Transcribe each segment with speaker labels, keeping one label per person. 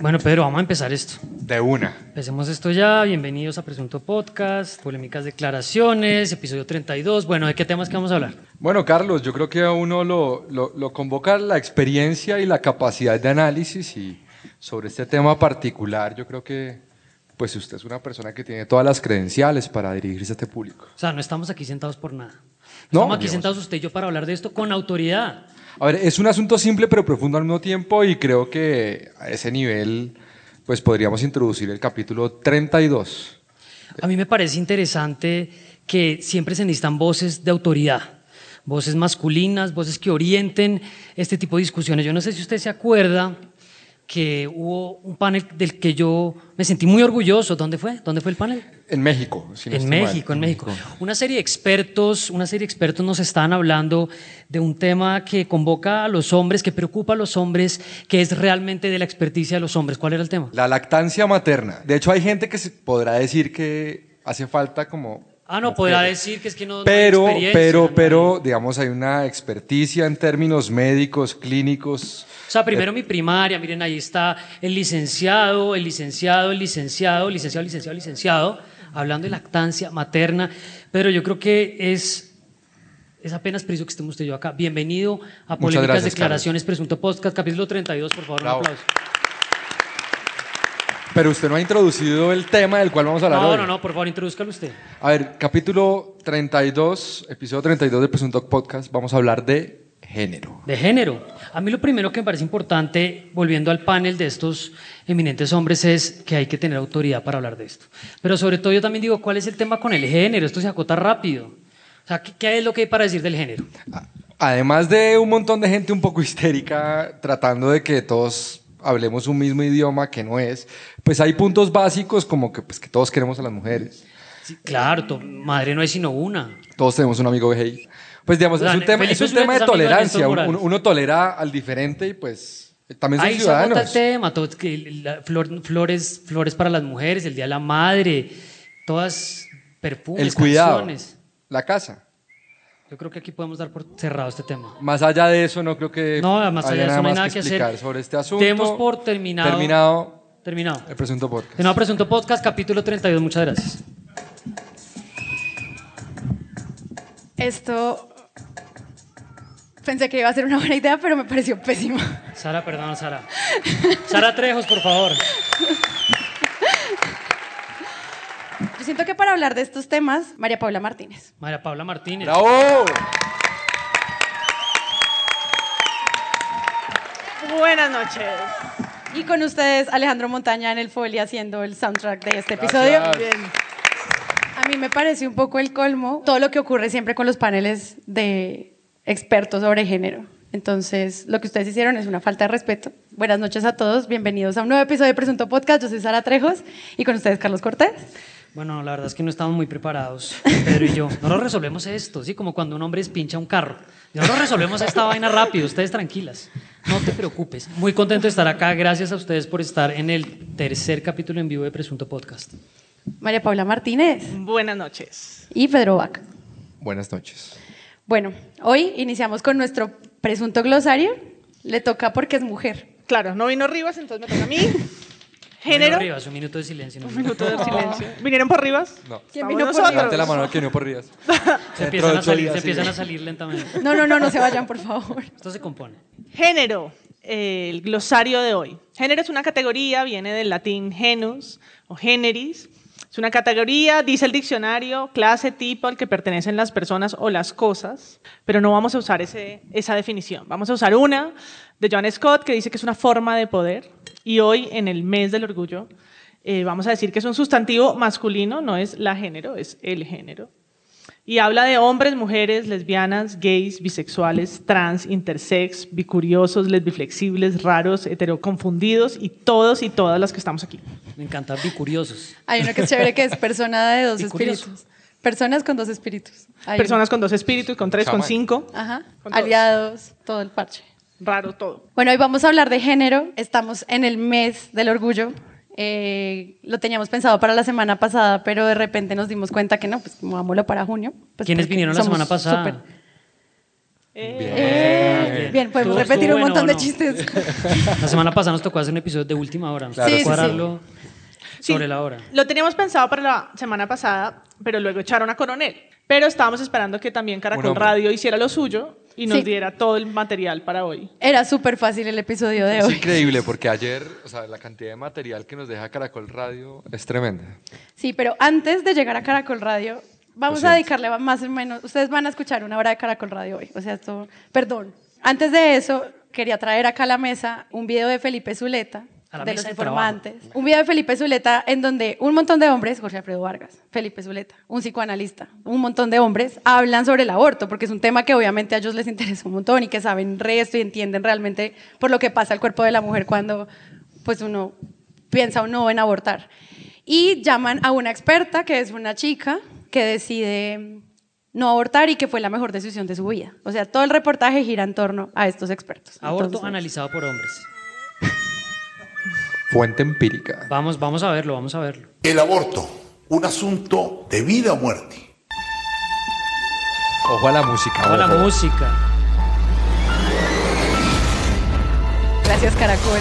Speaker 1: Bueno, Pedro, vamos a empezar esto.
Speaker 2: De una.
Speaker 1: Empecemos esto ya. Bienvenidos a Presunto Podcast, polémicas declaraciones, episodio 32. Bueno, ¿de qué temas que vamos a hablar?
Speaker 2: Bueno, Carlos, yo creo que a uno lo, lo, lo convoca la experiencia y la capacidad de análisis y sobre este tema particular, yo creo que pues usted es una persona que tiene todas las credenciales para dirigirse a este público.
Speaker 1: O sea, no estamos aquí sentados por nada.
Speaker 2: No,
Speaker 1: Estamos aquí
Speaker 2: digamos.
Speaker 1: sentados usted y yo para hablar de esto con autoridad.
Speaker 2: A ver, es un asunto simple pero profundo al mismo tiempo y creo que a ese nivel pues podríamos introducir el capítulo 32.
Speaker 1: A mí me parece interesante que siempre se necesitan voces de autoridad, voces masculinas, voces que orienten este tipo de discusiones. Yo no sé si usted se acuerda que hubo un panel del que yo me sentí muy orgulloso. ¿Dónde fue? ¿Dónde fue el panel?
Speaker 2: En México, si no
Speaker 1: en
Speaker 2: estoy mal.
Speaker 1: México, en México. Una serie de expertos, una serie de expertos nos estaban hablando de un tema que convoca a los hombres, que preocupa a los hombres, que es realmente de la experticia de los hombres. ¿Cuál era el tema?
Speaker 2: La lactancia materna. De hecho, hay gente que se podrá decir que hace falta como...
Speaker 1: Ah, no, podrá decir que es que no. no hay
Speaker 2: Pero,
Speaker 1: experiencia, no
Speaker 2: pero,
Speaker 1: hay-
Speaker 2: pero, digamos, hay una experticia en términos médicos, clínicos.
Speaker 1: O sea, primero mi primaria, miren, ahí está el licenciado, el licenciado, el licenciado, licenciado, licenciado, licenciado, hablando de lactancia materna, pero yo creo que es, es apenas preciso que estemos usted y yo acá. Bienvenido a Polémicas
Speaker 2: gracias,
Speaker 1: Declaraciones, Presunto Podcast, capítulo 32, por favor,
Speaker 2: Bravo.
Speaker 1: un aplauso.
Speaker 2: Pero usted no ha introducido el tema del cual vamos a hablar
Speaker 1: No,
Speaker 2: hoy.
Speaker 1: no, no, por favor, introdúzcalo usted.
Speaker 2: A ver, capítulo 32, episodio 32 de Presunto Podcast, vamos a hablar de género.
Speaker 1: De género. A mí lo primero que me parece importante, volviendo al panel de estos eminentes hombres, es que hay que tener autoridad para hablar de esto. Pero sobre todo yo también digo, ¿cuál es el tema con el género? Esto se acota rápido. O sea, ¿qué, qué es lo que hay para decir del género?
Speaker 2: A- Además de un montón de gente un poco histérica tratando de que todos hablemos un mismo idioma que no es, pues hay puntos básicos como que, pues, que todos queremos a las mujeres,
Speaker 1: Sí, claro, to- madre no es sino una.
Speaker 2: todos tenemos un amigo gay. Pues digamos,
Speaker 1: O sea,
Speaker 2: es un tema,
Speaker 1: Felipe
Speaker 2: es un
Speaker 1: es uno de
Speaker 2: tema de
Speaker 1: tus amigos de
Speaker 2: tolerancia,
Speaker 1: Néstor
Speaker 2: uno,
Speaker 1: Morales.
Speaker 2: uno tolera al diferente y pues también son
Speaker 1: Ahí se agota el
Speaker 2: ciudadanos.
Speaker 1: tema, todo, que la- flor- flores, flores para las mujeres, el Día de la Madre, todas perfumes,
Speaker 2: El cuidado,
Speaker 1: canciones.
Speaker 2: la casa.
Speaker 1: Yo creo que aquí podemos dar por cerrado este tema.
Speaker 2: Más allá de eso, no creo que
Speaker 1: No, además allá
Speaker 2: haya
Speaker 1: eso
Speaker 2: nada
Speaker 1: no hay
Speaker 2: más
Speaker 1: nada
Speaker 2: que
Speaker 1: que,
Speaker 2: explicar
Speaker 1: hacer.
Speaker 2: sobre este asunto.
Speaker 1: Demos por terminado.
Speaker 2: Terminado
Speaker 1: Terminado.
Speaker 2: el presunto podcast.
Speaker 1: De nuevo Presunto Podcast, capítulo 32. Muchas gracias.
Speaker 3: Esto pensé que iba a ser una buena idea, pero me pareció pésimo.
Speaker 1: Sara, perdón, Sara. Sara Trejos, por favor.
Speaker 3: Yo siento que para hablar de estos temas, María Paula Martínez.
Speaker 1: María Paula Martínez.
Speaker 2: ¡Bravo!
Speaker 4: Buenas noches.
Speaker 3: Y con ustedes, Alejandro Montaña en el Foley haciendo el soundtrack de este episodio.
Speaker 2: Gracias.
Speaker 4: Bien.
Speaker 3: A mí me parece un poco el colmo todo lo que ocurre siempre con los paneles de expertos sobre género. Entonces, lo que ustedes hicieron es una falta de respeto. Buenas noches a todos, bienvenidos a un nuevo episodio de Presunto Podcast. Yo soy Sara Trejos y con ustedes Carlos Cortés.
Speaker 1: Bueno, la verdad es que no estamos muy preparados, Pedro y yo. No lo resolvemos esto, ¿sí? Como cuando un hombre pincha un carro. No lo resolvemos esta vaina rápido, ustedes tranquilas. No te preocupes. Muy contento de estar acá. Gracias a ustedes por estar en el tercer capítulo en vivo de Presunto Podcast.
Speaker 3: María Paula Martínez
Speaker 4: Buenas noches.
Speaker 3: y Pedro Vaca.
Speaker 2: Buenas noches.
Speaker 3: Bueno, hoy iniciamos con nuestro presunto glosario. Le toca porque es mujer.
Speaker 4: Claro, no vino Rivas, entonces me toca a mí. Género.
Speaker 1: Bueno, Rivas, un minuto de silencio. ¿no?
Speaker 4: Un minuto de silencio. ¿Vinieron por Rivas?
Speaker 2: No.
Speaker 3: ¿Quién vino
Speaker 4: Estamos
Speaker 3: por
Speaker 4: nosotros.
Speaker 2: Levante la mano que no por Rías.
Speaker 1: Se empiezan
Speaker 2: Dentro de
Speaker 1: a
Speaker 2: ocho
Speaker 1: salir,
Speaker 2: días,
Speaker 1: se
Speaker 2: sí.
Speaker 1: empiezan a salir lentamente.
Speaker 3: No, no, no, no se vayan, por favor.
Speaker 1: Esto se compone.
Speaker 4: Género, eh, el glosario de hoy. Género es una categoría, viene del latín genus o generis. Es una categoría, dice el diccionario, clase, tipo al que pertenecen las personas o las cosas, pero no vamos a usar ese- esa definición. Vamos a usar una de John Scott que dice que es una forma de poder y hoy en el mes del orgullo eh, vamos a decir que es un sustantivo masculino, no es la género, es el género. Y habla de hombres, mujeres, lesbianas, gays, bisexuales, trans, intersex, bicuriosos, lesbiflexibles, raros, heteroconfundidos y todos y todas las que estamos aquí.
Speaker 1: Me encanta, bicuriosos.
Speaker 3: Hay uno que es chévere que es persona de dos
Speaker 1: Y curioso.
Speaker 3: espíritus. Personas con dos espíritus. Hay
Speaker 4: Personas con dos espíritus, con tres, con
Speaker 2: Chamán.
Speaker 4: cinco.
Speaker 3: uno. Ajá.
Speaker 4: con todos.
Speaker 3: Aliados, todo el parche.
Speaker 4: Raro todo.
Speaker 3: Bueno, hoy vamos a hablar de género. Estamos en el mes del orgullo. Eh, lo teníamos pensado para la semana pasada, pero de repente nos dimos cuenta que no, pues movámoslo para junio. Pues,
Speaker 1: ¿Quiénes
Speaker 3: porque
Speaker 1: vinieron la
Speaker 3: somos
Speaker 1: semana pasada?
Speaker 3: súper-
Speaker 4: Eh,
Speaker 3: Eh, bien, podemos
Speaker 1: Estuvo-
Speaker 3: repetir
Speaker 1: estuvo
Speaker 3: un
Speaker 1: bueno,
Speaker 3: montón de
Speaker 1: ¿no?
Speaker 3: chistes.
Speaker 1: La semana pasada nos tocó hacer un episodio de última hora. Nos
Speaker 2: Claro,
Speaker 1: tocó
Speaker 2: sí, sí, sí.
Speaker 1: cuadrarlo
Speaker 4: sí,
Speaker 1: sobre la hora.
Speaker 4: Lo teníamos pensado para la semana pasada, pero luego echaron a Coronel. Pero estábamos esperando que también
Speaker 2: Un
Speaker 4: Caracol
Speaker 2: hombre.
Speaker 4: Radio hiciera lo suyo y nos
Speaker 3: Sí.
Speaker 4: diera todo el material para hoy.
Speaker 3: Era súper fácil el episodio de
Speaker 2: Es
Speaker 3: hoy.
Speaker 2: increíble porque ayer, o sea, la cantidad de material que nos deja Caracol Radio es tremenda.
Speaker 3: Sí, pero antes de llegar a Caracol Radio, vamos
Speaker 2: Lo
Speaker 3: a
Speaker 2: siento.
Speaker 3: dedicarle más o menos. Ustedes van a escuchar una hora de Caracol Radio hoy. O sea, esto. Perdón. Antes de eso, quería traer acá a la mesa un video de Felipe Zuleta.
Speaker 1: A la
Speaker 3: de
Speaker 1: mesa
Speaker 3: los
Speaker 1: de
Speaker 3: informantes. Un video de Felipe Zuleta en donde un montón de hombres, Jorge Alfredo Vargas, Felipe Zuleta, un psicoanalista, un montón de hombres hablan sobre el aborto, porque es un tema que obviamente a ellos les interesa un montón y que saben resto y entienden realmente por lo que pasa al cuerpo de la mujer cuando pues uno piensa o no en abortar. Y llaman a una experta, que es una chica, que decide no abortar y que fue la mejor decisión de su vida. O sea, todo el reportaje gira en torno a estos expertos.
Speaker 1: Aborto
Speaker 3: Entonces,
Speaker 1: analizado por hombres.
Speaker 2: Fuente empírica.
Speaker 1: Vamos, vamos a verlo, vamos a verlo.
Speaker 5: El aborto, un asunto de vida o muerte.
Speaker 2: Ojo a la música.
Speaker 1: Toda la
Speaker 2: ojo.
Speaker 1: música.
Speaker 3: Gracias, Caracol.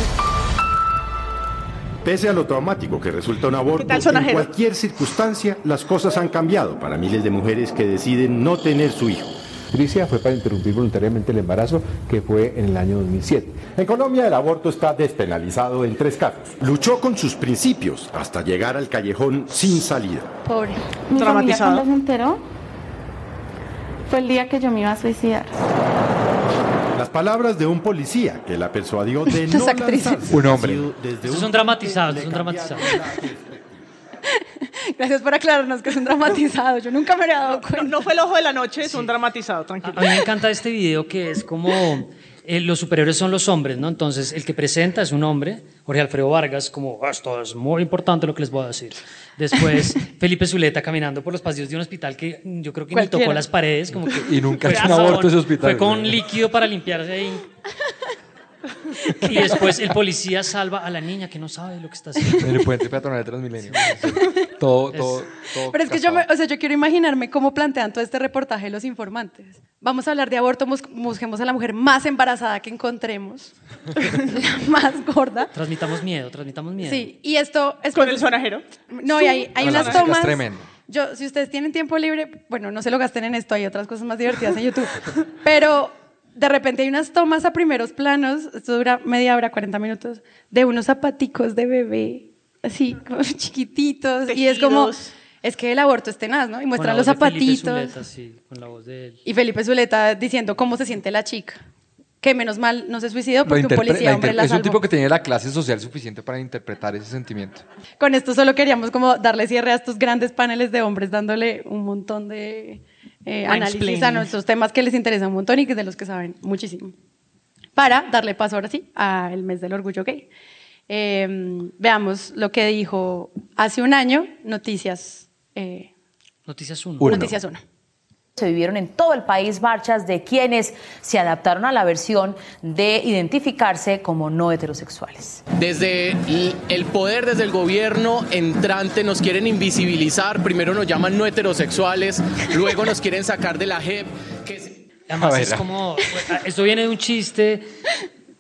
Speaker 6: Pese a lo traumático que resulta un aborto,
Speaker 4: ¿Qué tal,
Speaker 6: en
Speaker 4: sonajero?
Speaker 6: cualquier circunstancia las cosas han cambiado para miles de mujeres que deciden no tener su hijo.
Speaker 7: Patricia fue para interrumpir voluntariamente el embarazo que fue en el año 2007.
Speaker 6: En Colombia el aborto está despenalizado en tres casos. Luchó con sus principios hasta llegar al callejón sin salida.
Speaker 3: Pobre.
Speaker 8: Mi familia
Speaker 4: Traumatizado.
Speaker 8: cuando se enteró fue el día que yo me iba a suicidar.
Speaker 6: Las palabras de un policía que la persuadió de no
Speaker 3: Las actrices.
Speaker 6: lanzarse.
Speaker 2: Un hombre.
Speaker 6: Desde
Speaker 1: Estos
Speaker 6: un
Speaker 1: son dramatizados,
Speaker 6: le
Speaker 1: estos son
Speaker 6: cambiaron
Speaker 1: dramatizados.
Speaker 6: la perspectiva.
Speaker 3: Gracias por aclararnos que es un dramatizado. Yo nunca me había dado
Speaker 4: No,
Speaker 3: cuenta.
Speaker 4: no fue el ojo de la noche, es un dramatizado,
Speaker 1: A,
Speaker 4: tranquilo.
Speaker 1: a mí me encanta este video que es como eh, los superhéroes son los hombres, ¿no? Entonces, el que presenta es un hombre, Jorge Alfredo Vargas, como "Ah, esto es muy importante lo que les voy a decir. Después, Felipe Zuleta caminando por los pasillos de un hospital que mm, yo creo que ni tocó
Speaker 4: Cualquiera.
Speaker 1: las paredes, como que.
Speaker 2: Y nunca
Speaker 1: fue
Speaker 2: hizo un
Speaker 1: a
Speaker 2: aborto
Speaker 1: jabón,
Speaker 2: ese hospital.
Speaker 1: Fue con líquido para limpiarse ahí. Y después el policía salva a la niña que no sabe lo que está haciendo.
Speaker 2: En el puente peatonal de Transmilenio. Todo, todo, todo
Speaker 3: Pero es que yo, me-
Speaker 2: cascado.
Speaker 3: o sea, yo quiero imaginarme cómo plantean todo este reportaje los informantes. Vamos a hablar de aborto, bus- busquemos a la mujer más embarazada que encontremos, la más gorda.
Speaker 1: Transmitamos miedo, transmitamos miedo.
Speaker 3: Sí, y esto
Speaker 8: Ah.
Speaker 3: es
Speaker 4: Con el sonajero.
Speaker 3: No, y hay,
Speaker 2: Con las
Speaker 3: hay unas
Speaker 2: músicas
Speaker 3: tomas.
Speaker 2: tremendo.
Speaker 3: Yo, si ustedes tienen tiempo libre, bueno, no se lo gasten en esto, hay otras cosas más divertidas en YouTube. Pero de repente hay unas tomas a primeros planos, esto dura media hora, 40 minutos, de unos zapaticos de bebé, así como chiquititos. Y es como,
Speaker 4: Tejidos.
Speaker 3: es que el aborto es tenaz, ¿no? Y
Speaker 1: Con la
Speaker 3: muestran los
Speaker 1: voz de Felipe
Speaker 3: zapatitos.
Speaker 1: Zuleta, sí, con la voz de él.
Speaker 3: Y Felipe Zuleta diciendo cómo se siente la chica. Que menos mal no se suicidó
Speaker 2: Lo
Speaker 3: porque un
Speaker 2: interpre-
Speaker 3: policía
Speaker 2: la
Speaker 3: hombre
Speaker 2: interpre-
Speaker 3: la
Speaker 2: es un
Speaker 3: salvó.
Speaker 2: tipo que tenía la clase social suficiente para interpretar ese sentimiento.
Speaker 3: Con esto solo queríamos como darle cierre a estos grandes paneles de hombres, dándole un montón de eh, análisis a
Speaker 4: Mansplaining.
Speaker 3: nuestros temas que les interesan un montón y que de los que saben muchísimo. Para darle paso ahora sí al mes del orgullo gay. Eh, veamos lo que dijo hace un año Noticias, eh,
Speaker 1: Noticias 1.
Speaker 2: Uno.
Speaker 3: Noticias 1.
Speaker 9: Se vivieron en todo el país marchas de quienes se adaptaron a la versión de identificarse como no heterosexuales.
Speaker 10: Desde l- el poder, desde el gobierno entrante, nos quieren invisibilizar. Primero nos llaman no heterosexuales, luego nos quieren sacar de la JEP. Que es-
Speaker 1: Además
Speaker 2: A ver.
Speaker 1: es como, esto viene de un chiste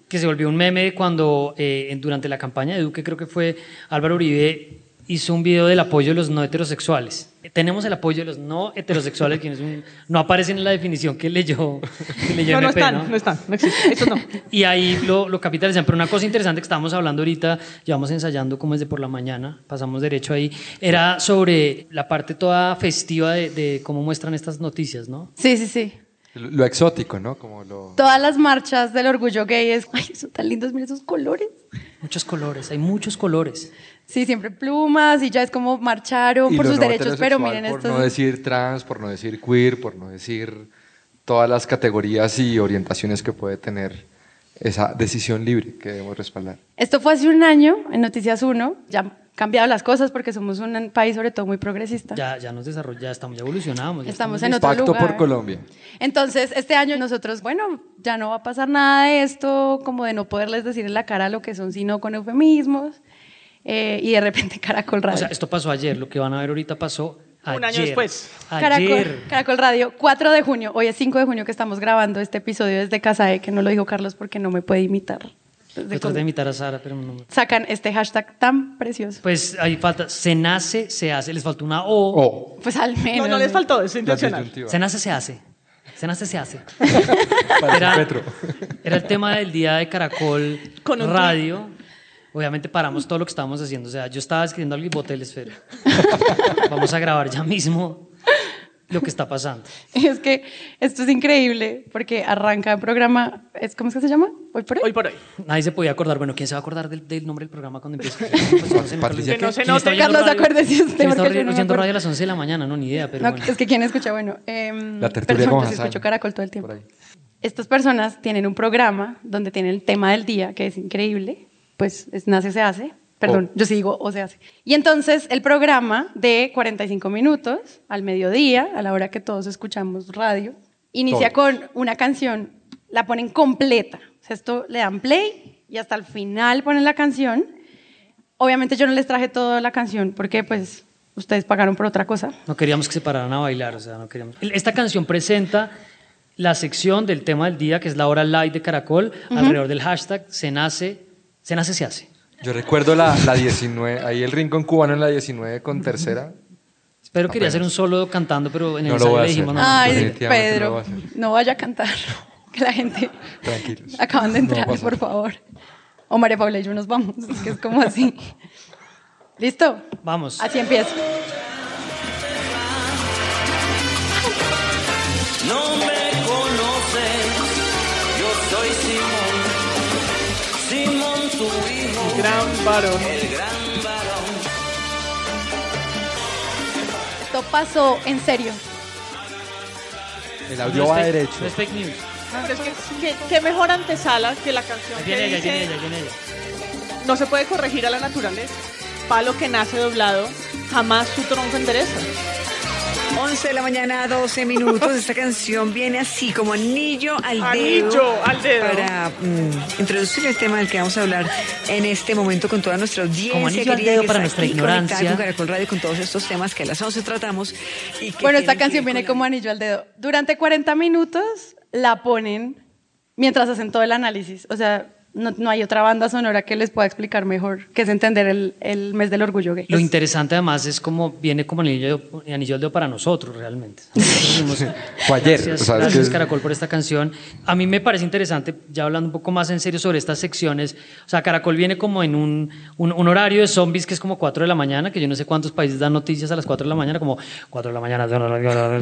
Speaker 1: que se volvió un meme cuando eh, en- durante la campaña de Duque, creo que fue Álvaro Uribe, hizo un video del apoyo de los no heterosexuales. Tenemos el apoyo de los no heterosexuales, quienes un- no aparecen en la definición que leyó, que leyó
Speaker 4: No, no
Speaker 1: MP,
Speaker 4: están, no están, no existen. Eso no.
Speaker 1: Y ahí lo, lo capitalizan. Pero una cosa interesante que estábamos hablando ahorita, llevamos ensayando como desde por la mañana, pasamos derecho ahí, era sobre la parte toda festiva de, de cómo muestran estas noticias, ¿no?
Speaker 3: Sí, sí, sí.
Speaker 2: Lo, lo exótico, ¿no? Como lo...
Speaker 3: Todas las marchas del orgullo gay es, ay, son tan lindos, miren esos colores.
Speaker 1: Muchos colores, hay muchos colores.
Speaker 3: Sí, siempre plumas y ya es como marcharon
Speaker 2: y
Speaker 3: por
Speaker 2: lo
Speaker 3: sus
Speaker 2: no
Speaker 3: derechos, pero
Speaker 2: heterosexual
Speaker 3: miren
Speaker 2: por
Speaker 3: estos.
Speaker 2: no decir trans, por no decir queer, por no decir todas las categorías y orientaciones que puede tener esa decisión libre que debemos respaldar.
Speaker 3: Esto fue hace un año en Noticias 1. Ya han cambiado las cosas porque somos un país sobre todo muy progresista.
Speaker 1: Ya, ya nos desarrollamos, ya estamos, ya evolucionamos. ya
Speaker 3: Estamos en otro
Speaker 2: Pacto
Speaker 3: lugar.
Speaker 2: por Colombia.
Speaker 3: Entonces, este año nosotros, bueno, ya no va a pasar nada de esto, como de no poderles decir en la cara lo que son, sino con eufemismos. Eh, y de repente Caracol Radio.
Speaker 1: O sea, esto pasó ayer, lo que van a ver ahorita pasó
Speaker 4: Un año
Speaker 1: Ayer.
Speaker 4: después.
Speaker 1: Ayer.
Speaker 3: Caracol, Caracol Radio, 4 de junio. Hoy es 5 de junio que estamos grabando este episodio desde Casa E, que no lo dijo Carlos porque no me puede imitar. Desde
Speaker 1: Yo traté Pues de
Speaker 3: cuando
Speaker 1: imitar a Sara, pero no.
Speaker 3: Sacan este hashtag tan precioso.
Speaker 1: Pues ahí falta, se nace, se hace. Les faltó una O.
Speaker 3: Pues al menos.
Speaker 4: No, no les faltó, es intencional.
Speaker 1: Se nace, se hace. Se nace, se hace.
Speaker 2: Para
Speaker 1: Era,
Speaker 2: Petro.
Speaker 1: era el tema del día de Caracol
Speaker 4: Con un
Speaker 1: Radio. Obviamente paramos todo lo que estábamos haciendo. O sea, yo estaba escribiendo algo y boté el esfero. Vamos a grabar ya mismo lo que está pasando.
Speaker 3: Es que esto es increíble porque arranca el programa. ¿es, ¿Cómo es que se llama? ¿Hoy por hoy?
Speaker 4: Hoy por hoy.
Speaker 1: Nadie se podía acordar. Bueno, ¿quién se va a acordar del, del nombre del programa cuando empiece? Pues, no sé, nunca lo-
Speaker 2: Patricia,
Speaker 4: Que no
Speaker 1: ¿Quién
Speaker 4: se
Speaker 1: está
Speaker 4: note,
Speaker 1: oyendo
Speaker 3: Carlos,
Speaker 1: radio?
Speaker 3: acuérdese usted,
Speaker 1: ¿Quién está
Speaker 3: porque yo no me
Speaker 1: oyendo
Speaker 3: acuerdo.
Speaker 1: radio a las 11 de la mañana? No, ni idea, pero
Speaker 3: No,
Speaker 1: bueno.
Speaker 3: Es que quién escucha, bueno. em,
Speaker 2: La tertulia
Speaker 3: perdón,
Speaker 2: con
Speaker 3: yo sí
Speaker 2: Hassan.
Speaker 3: escucho caracol todo el tiempo.
Speaker 2: Por ahí.
Speaker 3: Estas personas tienen un programa donde tienen el tema del día, que es increíble. Pues es nace, se hace. Perdón, yo sí digo o se hace. Y entonces el programa de 45 minutos al mediodía, a la hora que todos escuchamos radio, inicia con una canción, la ponen completa. O sea, esto le dan play y hasta el final ponen la canción. Obviamente yo no les traje toda la canción porque pues ustedes pagaron por otra cosa.
Speaker 1: No queríamos que se pararan a bailar, o sea, no queríamos. Esta canción presenta la sección del tema del día, que es la hora live de Caracol, alrededor del hashtag se nace, se nace, se hace.
Speaker 2: Yo recuerdo la, la 19, ahí el rincón cubano en la 19 con tercera.
Speaker 1: Espero quería
Speaker 2: Apenas.
Speaker 1: hacer un solo cantando, pero en el
Speaker 2: No lo
Speaker 1: ensayo
Speaker 2: voy a
Speaker 1: le dijimos,
Speaker 2: hacer.
Speaker 1: no, no, no.
Speaker 3: Ay,
Speaker 2: definitivamente no va a
Speaker 3: Pedro,
Speaker 2: ser.
Speaker 3: no vaya a cantar. Que la gente.
Speaker 2: Tranquilos.
Speaker 3: Acaban de
Speaker 2: No va a
Speaker 3: entrar,
Speaker 2: pasar.
Speaker 3: por favor. O María Paula y yo nos vamos, que es como así. ¿Listo?
Speaker 1: Vamos.
Speaker 3: Así empieza.
Speaker 11: No me conoces, yo soy Simón, Simón tu hijo,
Speaker 4: Gran varón.
Speaker 11: el gran varón.
Speaker 3: Esto pasó en serio.
Speaker 2: El
Speaker 1: No
Speaker 2: audio
Speaker 1: es
Speaker 2: va
Speaker 1: fake-
Speaker 2: derecho.
Speaker 1: no este es fake news.
Speaker 4: Es que- ¿Qué, qué mejor antesala que la canción
Speaker 1: Ahí
Speaker 4: que
Speaker 1: viene ella, ahí viene
Speaker 4: dice
Speaker 1: ella, ahí viene ella.
Speaker 4: no se puede corregir a la naturaleza. Palo que nace doblado, jamás su tronco endereza.
Speaker 12: 11 de la mañana, 12 minutos. Esta canción viene así como anillo al dedo.
Speaker 4: Anillo al dedo.
Speaker 12: Para mm, introducir el tema del que vamos a hablar en este momento con toda nuestra audiencia.
Speaker 1: Como anillo al
Speaker 12: querida,
Speaker 1: dedo
Speaker 12: que
Speaker 1: para
Speaker 12: está
Speaker 1: nuestra
Speaker 12: aquí conectada
Speaker 1: ignorancia.
Speaker 12: Con Caracol Radio, con todos estos temas que a las 11 tratamos. y que
Speaker 3: Bueno,
Speaker 12: tienen
Speaker 3: esta
Speaker 12: que
Speaker 3: canción
Speaker 12: ver con
Speaker 3: viene
Speaker 12: la-
Speaker 3: como anillo al dedo. Durante 40 minutos la ponen mientras hacen todo el análisis. O sea, no, no hay otra banda sonora que les pueda explicar mejor, que es entender el, el mes del orgullo gay.
Speaker 1: Lo
Speaker 3: Es-
Speaker 1: interesante además es cómo viene como anillo, anillo al dedo para nosotros realmente. Nosotros dijimos,
Speaker 2: Fue ayer,
Speaker 1: Gracias,
Speaker 2: o sea, es
Speaker 1: gracias,
Speaker 2: que-
Speaker 1: Caracol por esta canción. A mí me parece interesante, ya hablando un poco más en serio sobre estas secciones, o sea, Caracol viene como en un, un- un horario de zombies que es como 4 de la mañana, que yo no sé cuántos países dan noticias a las 4 de la mañana, como 4 de la mañana,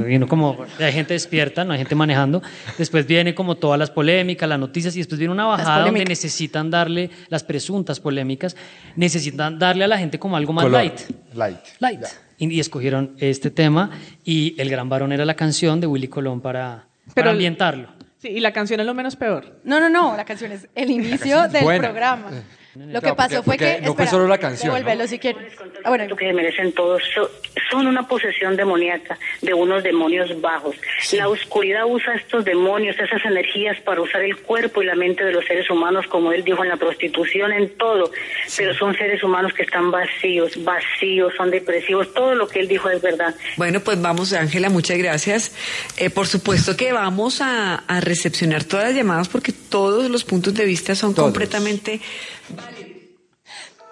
Speaker 1: y uno como hay gente despierta, no hay gente manejando. Después viene como todas las polémicas, las noticias, y después viene una bajada donde
Speaker 3: polémicas.
Speaker 1: necesitan darle, las presuntas polémicas, necesitan darle a la gente como algo más
Speaker 2: Color.
Speaker 1: light.
Speaker 2: Light.
Speaker 1: Light. Y, y escogieron este tema y El Gran Varón era la canción de Willy Colón para,
Speaker 4: Pero-
Speaker 1: para ambientarlo.
Speaker 4: Sí, y la canción es lo menos peor.
Speaker 3: No, no, no, la canción es el inicio del
Speaker 2: buena.
Speaker 3: programa.
Speaker 2: Eh.
Speaker 3: Lo
Speaker 2: Claro,
Speaker 3: que
Speaker 2: porque-
Speaker 3: pasó fue que.
Speaker 2: porque no fue solo la canción, ¿no?
Speaker 3: Devuélvelo si quieres. Ah, bueno,
Speaker 11: que merecen todos so- son una posesión demoníaca de unos demonios bajos. La oscuridad usa estos demonios, esas energías para usar el cuerpo y la mente de los seres humanos, como él dijo, en la prostitución, en todo. Pero son seres humanos que están vacíos, vacíos, son depresivos. Todo lo que él dijo es verdad.
Speaker 12: Bueno, pues vamos, Ángela, muchas gracias. Eh, por supuesto que vamos a, a recepcionar todas las llamadas porque todos los puntos de vista son
Speaker 2: Todos.
Speaker 12: completamente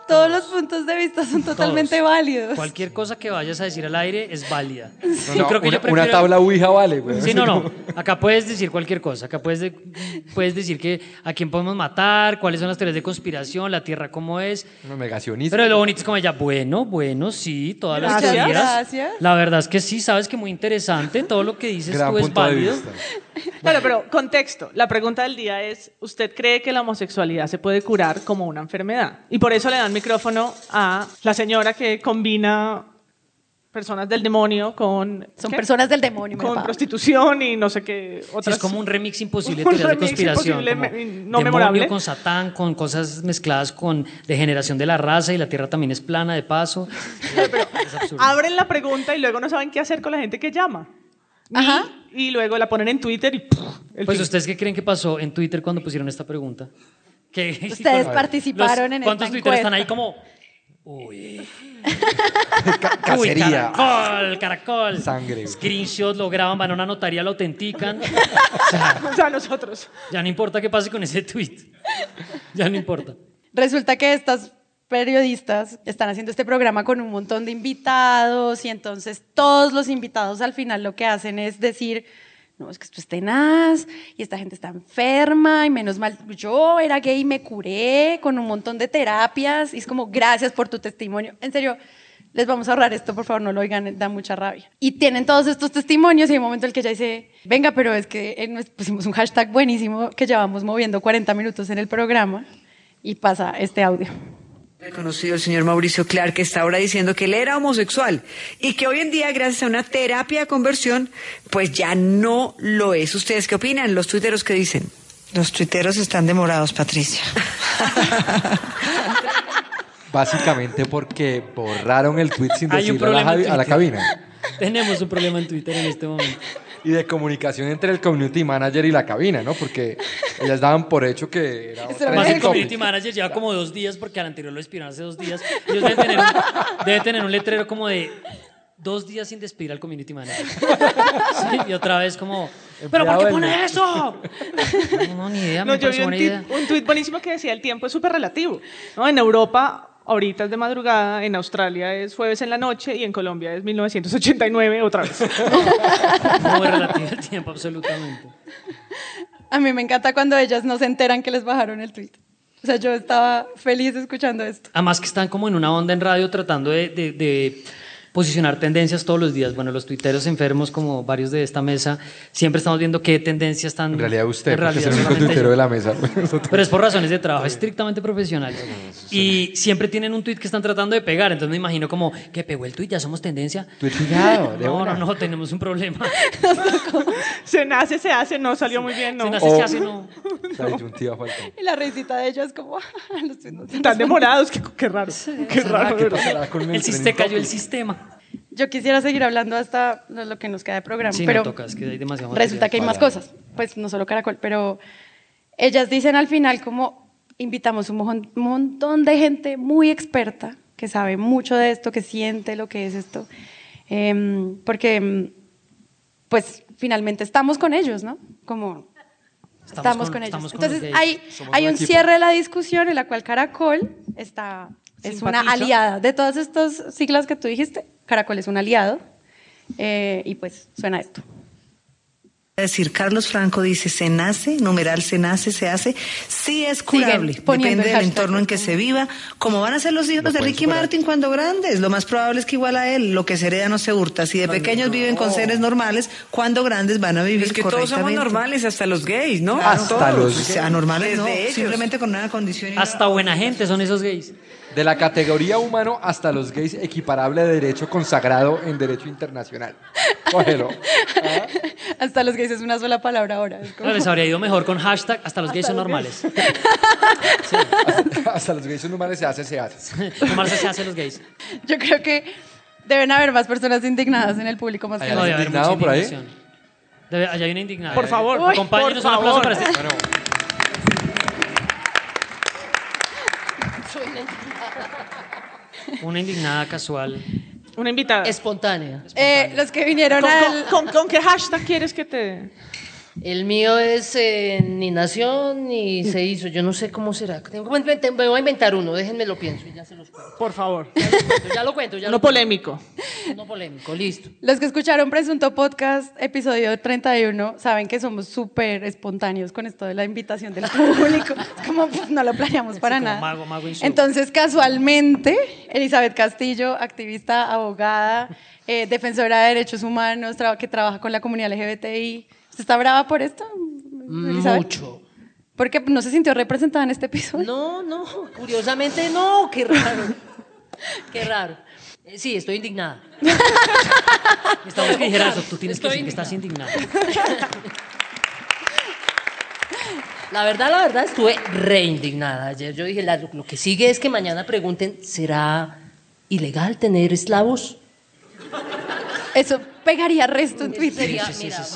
Speaker 3: todos los puntos de vista son totalmente
Speaker 1: Todos.
Speaker 3: válidos.
Speaker 1: Cualquier cosa que vayas a decir al aire es válida.
Speaker 2: No,
Speaker 1: Yo
Speaker 2: no,
Speaker 1: creo que
Speaker 2: una,
Speaker 1: yo prefiero-
Speaker 2: una tabla Ouija vale, güey.
Speaker 1: Sí, no, no. Acá puedes decir cualquier cosa. Acá puedes, de- puedes decir que a quién podemos matar, cuáles son las teorías de conspiración, la Tierra cómo es.
Speaker 2: Uno negacionista.
Speaker 1: Pero lo bonito es como ella, bueno, bueno, sí, todas las
Speaker 3: Gracias.
Speaker 1: teorías.
Speaker 3: Gracias.
Speaker 1: La verdad es que sí, sabes que muy interesante. Todo lo que dices
Speaker 2: Gran
Speaker 1: tú es
Speaker 2: punto de
Speaker 1: válido.
Speaker 2: vista.
Speaker 4: Claro,
Speaker 1: eh,
Speaker 4: pero contexto. La pregunta del día es, ¿usted cree que la homosexualidad se puede curar como una enfermedad? Y por eso le dan micrófono a la señora que combina personas del demonio con...
Speaker 3: Son
Speaker 4: ¿qué?
Speaker 3: personas del demonio. María
Speaker 4: Con
Speaker 3: Paula.
Speaker 4: prostitución y no sé qué
Speaker 1: Sí,
Speaker 4: otras.
Speaker 1: es como un remix imposible de
Speaker 4: Un
Speaker 1: teorías de
Speaker 4: remix
Speaker 1: conspiración.
Speaker 4: imposible,
Speaker 1: como
Speaker 4: me- no
Speaker 1: demonio
Speaker 4: memorable.
Speaker 1: con Satán, con cosas mezcladas con degeneración de la raza y la tierra también es plana de paso. es absurdo.
Speaker 4: Abren la pregunta y luego no saben qué hacer con la gente que llama.
Speaker 3: Ajá.
Speaker 4: Y luego la ponen en Twitter y... ¡puf! el
Speaker 1: Pues
Speaker 4: fin.
Speaker 1: ustedes qué creen que pasó en Twitter cuando pusieron esta pregunta? ¿Qué-
Speaker 3: Ustedes participaron
Speaker 1: Los-
Speaker 3: en
Speaker 1: ¿Cuántos
Speaker 3: esta
Speaker 1: Twitter
Speaker 3: encuesta?
Speaker 1: están ahí como Uy.
Speaker 2: Ca-
Speaker 1: Uy,
Speaker 2: cacería.
Speaker 1: caracol, caracol.
Speaker 2: Sangre.
Speaker 1: Screenshot lo graban, van a una notaría, lo autentican.
Speaker 4: O sea, nosotros.
Speaker 1: Ya no importa qué pase con ese tweet. Ya no importa.
Speaker 3: Resulta que estas periodistas están haciendo este programa con un montón de invitados y entonces todos los invitados al final lo que hacen es decir, no, es que esto es tenaz y esta gente está enferma y menos mal, yo era gay y me curé con un montón de terapias y es como, gracias por tu testimonio. En serio, les vamos a ahorrar esto, por favor, no lo oigan, da mucha rabia. Y tienen todos estos testimonios y hay un momento en el que ella dice, venga, pero es que eh, nos pusimos un hashtag buenísimo que llevamos moviendo 40 minutos en el programa y pasa este audio.
Speaker 12: Reconocido el señor Mauricio Clark, que está ahora diciendo que él era homosexual y que hoy en día, gracias a una terapia de conversión, pues ya no lo es. ¿Ustedes qué opinan? Los tuiteros que dicen.
Speaker 13: Los tuiteros están demorados, Patricia.
Speaker 2: Básicamente porque borraron el tweet sin
Speaker 1: Hay un
Speaker 2: decirlo a la,
Speaker 1: problema en
Speaker 2: javi- a la
Speaker 1: Twitter.
Speaker 2: cabina.
Speaker 1: Tenemos un problema en Twitter en este momento.
Speaker 2: Y de comunicación entre el community manager y la cabina, ¿no? Porque ellas daban por hecho que era
Speaker 1: Más
Speaker 2: otra
Speaker 1: el
Speaker 2: vez
Speaker 1: community manager lleva como dos días porque al anterior lo despidieron hace dos días. Ellos deben tener un, debe tener un letrero como de dos días sin despedir al community manager. Sí, y otra vez como, ¿pero por
Speaker 4: Empleado
Speaker 1: qué
Speaker 4: del
Speaker 1: pone
Speaker 4: mes".
Speaker 1: eso? No, no, ni idea,
Speaker 4: No,
Speaker 1: me
Speaker 4: yo
Speaker 1: parece
Speaker 4: vi un
Speaker 1: buena idea.
Speaker 4: tuit, un tuit buenísimo que decía el tiempo es súper relativo. ¿no? En Europa ahorita es de madrugada, en Australia es jueves en la noche y en Colombia es 1989 otra vez.
Speaker 1: Muy relativo el tiempo, absolutamente.
Speaker 3: A mí me encanta cuando ellas no se enteran que les bajaron el tweet. O sea, yo estaba feliz escuchando esto.
Speaker 1: Además que están como en una onda en radio tratando de, de- de posicionar tendencias todos los días. Bueno, los tuiteros enfermos, como varios de esta mesa, siempre estamos viendo qué tendencias están...
Speaker 2: En realidad usted,
Speaker 1: en
Speaker 2: porque
Speaker 1: realidad
Speaker 2: es el único
Speaker 1: solamente
Speaker 2: tuitero
Speaker 1: yo.
Speaker 2: de la mesa.
Speaker 1: Pero es por razones de trabajo estrictamente profesional. Y siempre tienen un tweet que están tratando de pegar. Entonces me imagino como que pegó el tweet, ya somos tendencia.
Speaker 2: Tweet pegado, de
Speaker 1: No,
Speaker 2: una.
Speaker 1: no, no, tenemos un problema.
Speaker 4: se nace, se hace, no salió muy bien, no. Oh.
Speaker 1: Se nace, se O-
Speaker 2: Oh.
Speaker 1: hace, no.
Speaker 2: La disyuntiva faltó.
Speaker 3: Y la risita de ellas como, "Ah, los tweets no se
Speaker 4: Tan demorados, qué, qué raro. Qué raro.
Speaker 2: ¿Qué
Speaker 4: de verdad.
Speaker 2: pasará con
Speaker 1: El sistema cayó el sistema.
Speaker 3: Yo quisiera seguir hablando hasta lo que nos queda de programa,
Speaker 1: Sí,
Speaker 3: pero
Speaker 1: no toca, es que hay demasiado
Speaker 3: resulta que hay más
Speaker 1: material.
Speaker 3: cosas. Pues no solo caracol, pero ellas dicen al final como invitamos un mojón- montón de gente muy experta que sabe mucho de esto, que siente lo que es esto, em, porque em, pues finalmente estamos con ellos, ¿no? Como estamos, con, ellos.
Speaker 1: estamos con
Speaker 3: Entonces
Speaker 1: los gays.
Speaker 3: hay,
Speaker 1: Somos
Speaker 3: hay
Speaker 1: un
Speaker 3: un
Speaker 1: equipo.
Speaker 3: cierre de la discusión en la cual Caracol está, es una
Speaker 1: Simpatiza.
Speaker 3: aliada. De todas estas siglas que tú dijiste, Caracol es un aliado. eh, y pues suena esto.
Speaker 13: Es decir, Carlos Franco dice, se nace, numeral se nace, se hace, sí es curable,
Speaker 3: poniendo
Speaker 13: depende
Speaker 3: el
Speaker 13: del
Speaker 3: hashtag.
Speaker 13: entorno en que se viva, como van a ser los hijos de Ricky Martin cuando grandes, lo más probable es que igual a él, lo que se hereda no se hurta, si de pequeños viven con seres normales, cuando grandes van a vivir
Speaker 12: Es que todos somos
Speaker 13: correctamente.
Speaker 12: normales, hasta los gays, ¿no?
Speaker 1: Ah,
Speaker 13: Claro,
Speaker 12: Todos.
Speaker 13: o sea, anormales no,
Speaker 12: Desde ellos.
Speaker 13: simplemente con una condición. y una-
Speaker 1: Hasta buena gente son esos gays.
Speaker 2: De la categoría humano hasta los gays, equiparable a derecho consagrado en derecho internacional. Cógelo.
Speaker 3: Hasta los gays es una sola palabra ahora. es como-
Speaker 1: No, les habría ido mejor con hashtag hasta los gays son
Speaker 3: los
Speaker 1: normales.
Speaker 2: Hasta, hasta los gays son normales, se hace, se hace.
Speaker 1: Normales se hace los gays.
Speaker 3: Yo creo que deben haber más personas indignadas en el público más que
Speaker 2: ¿Hay alguien
Speaker 1: debe haber
Speaker 2: indignado
Speaker 1: mucha
Speaker 2: por ahí?
Speaker 1: indignación. Debe- allá hay una indignada.
Speaker 4: Por favor, Uy,
Speaker 1: Acompáñenos
Speaker 4: por
Speaker 1: un aplauso
Speaker 4: favor.
Speaker 1: para este.
Speaker 2: Bueno,
Speaker 1: Una indignada casual.
Speaker 4: Una invitada.
Speaker 14: Espontánea.
Speaker 3: Eh, los que vinieron
Speaker 4: ¿Con,
Speaker 3: al...
Speaker 4: con- con- con qué hashtag quieres que te...?
Speaker 14: El mío es eh, ni nació ni se hizo. Yo no sé cómo será. Tengo que inventar- me voy a inventar uno. Déjenme lo pienso y ya se los cuento.
Speaker 4: Por favor.
Speaker 14: Ya lo cuento. Ya
Speaker 4: No
Speaker 14: lo
Speaker 4: polémico.
Speaker 14: cuento. No polémico. Listo.
Speaker 3: Los que escucharon Presunto Podcast, episodio 31, saben que somos súper espontáneos con esto de la invitación del público. Es como, pues, no lo planeamos para
Speaker 1: como
Speaker 3: nada.
Speaker 1: mago, mago y su-
Speaker 3: Entonces, casualmente, Elizabeth Castillo, activista, abogada, eh, defensora de derechos humanos, traba- que trabaja con la comunidad LGBTI. ¿Usted está brava por esto, Elizabeth?
Speaker 14: Mucho.
Speaker 3: Porque no se sintió representada en este
Speaker 1: Pues,
Speaker 3: episodio.
Speaker 14: No, no. Curiosamente, no. Qué raro. Qué raro. Eh, Sí, estoy indignada.
Speaker 1: Estamos que dijera eso. Tú tienes
Speaker 14: Estoy
Speaker 1: que decir que estás indignado.
Speaker 14: La verdad, la verdad, estuve re indignada ayer. Yo dije, la- lo, lo que sigue es que mañana pregunten, ¿será ilegal tener esclavos?
Speaker 3: Eso pegaría resto en Twitter.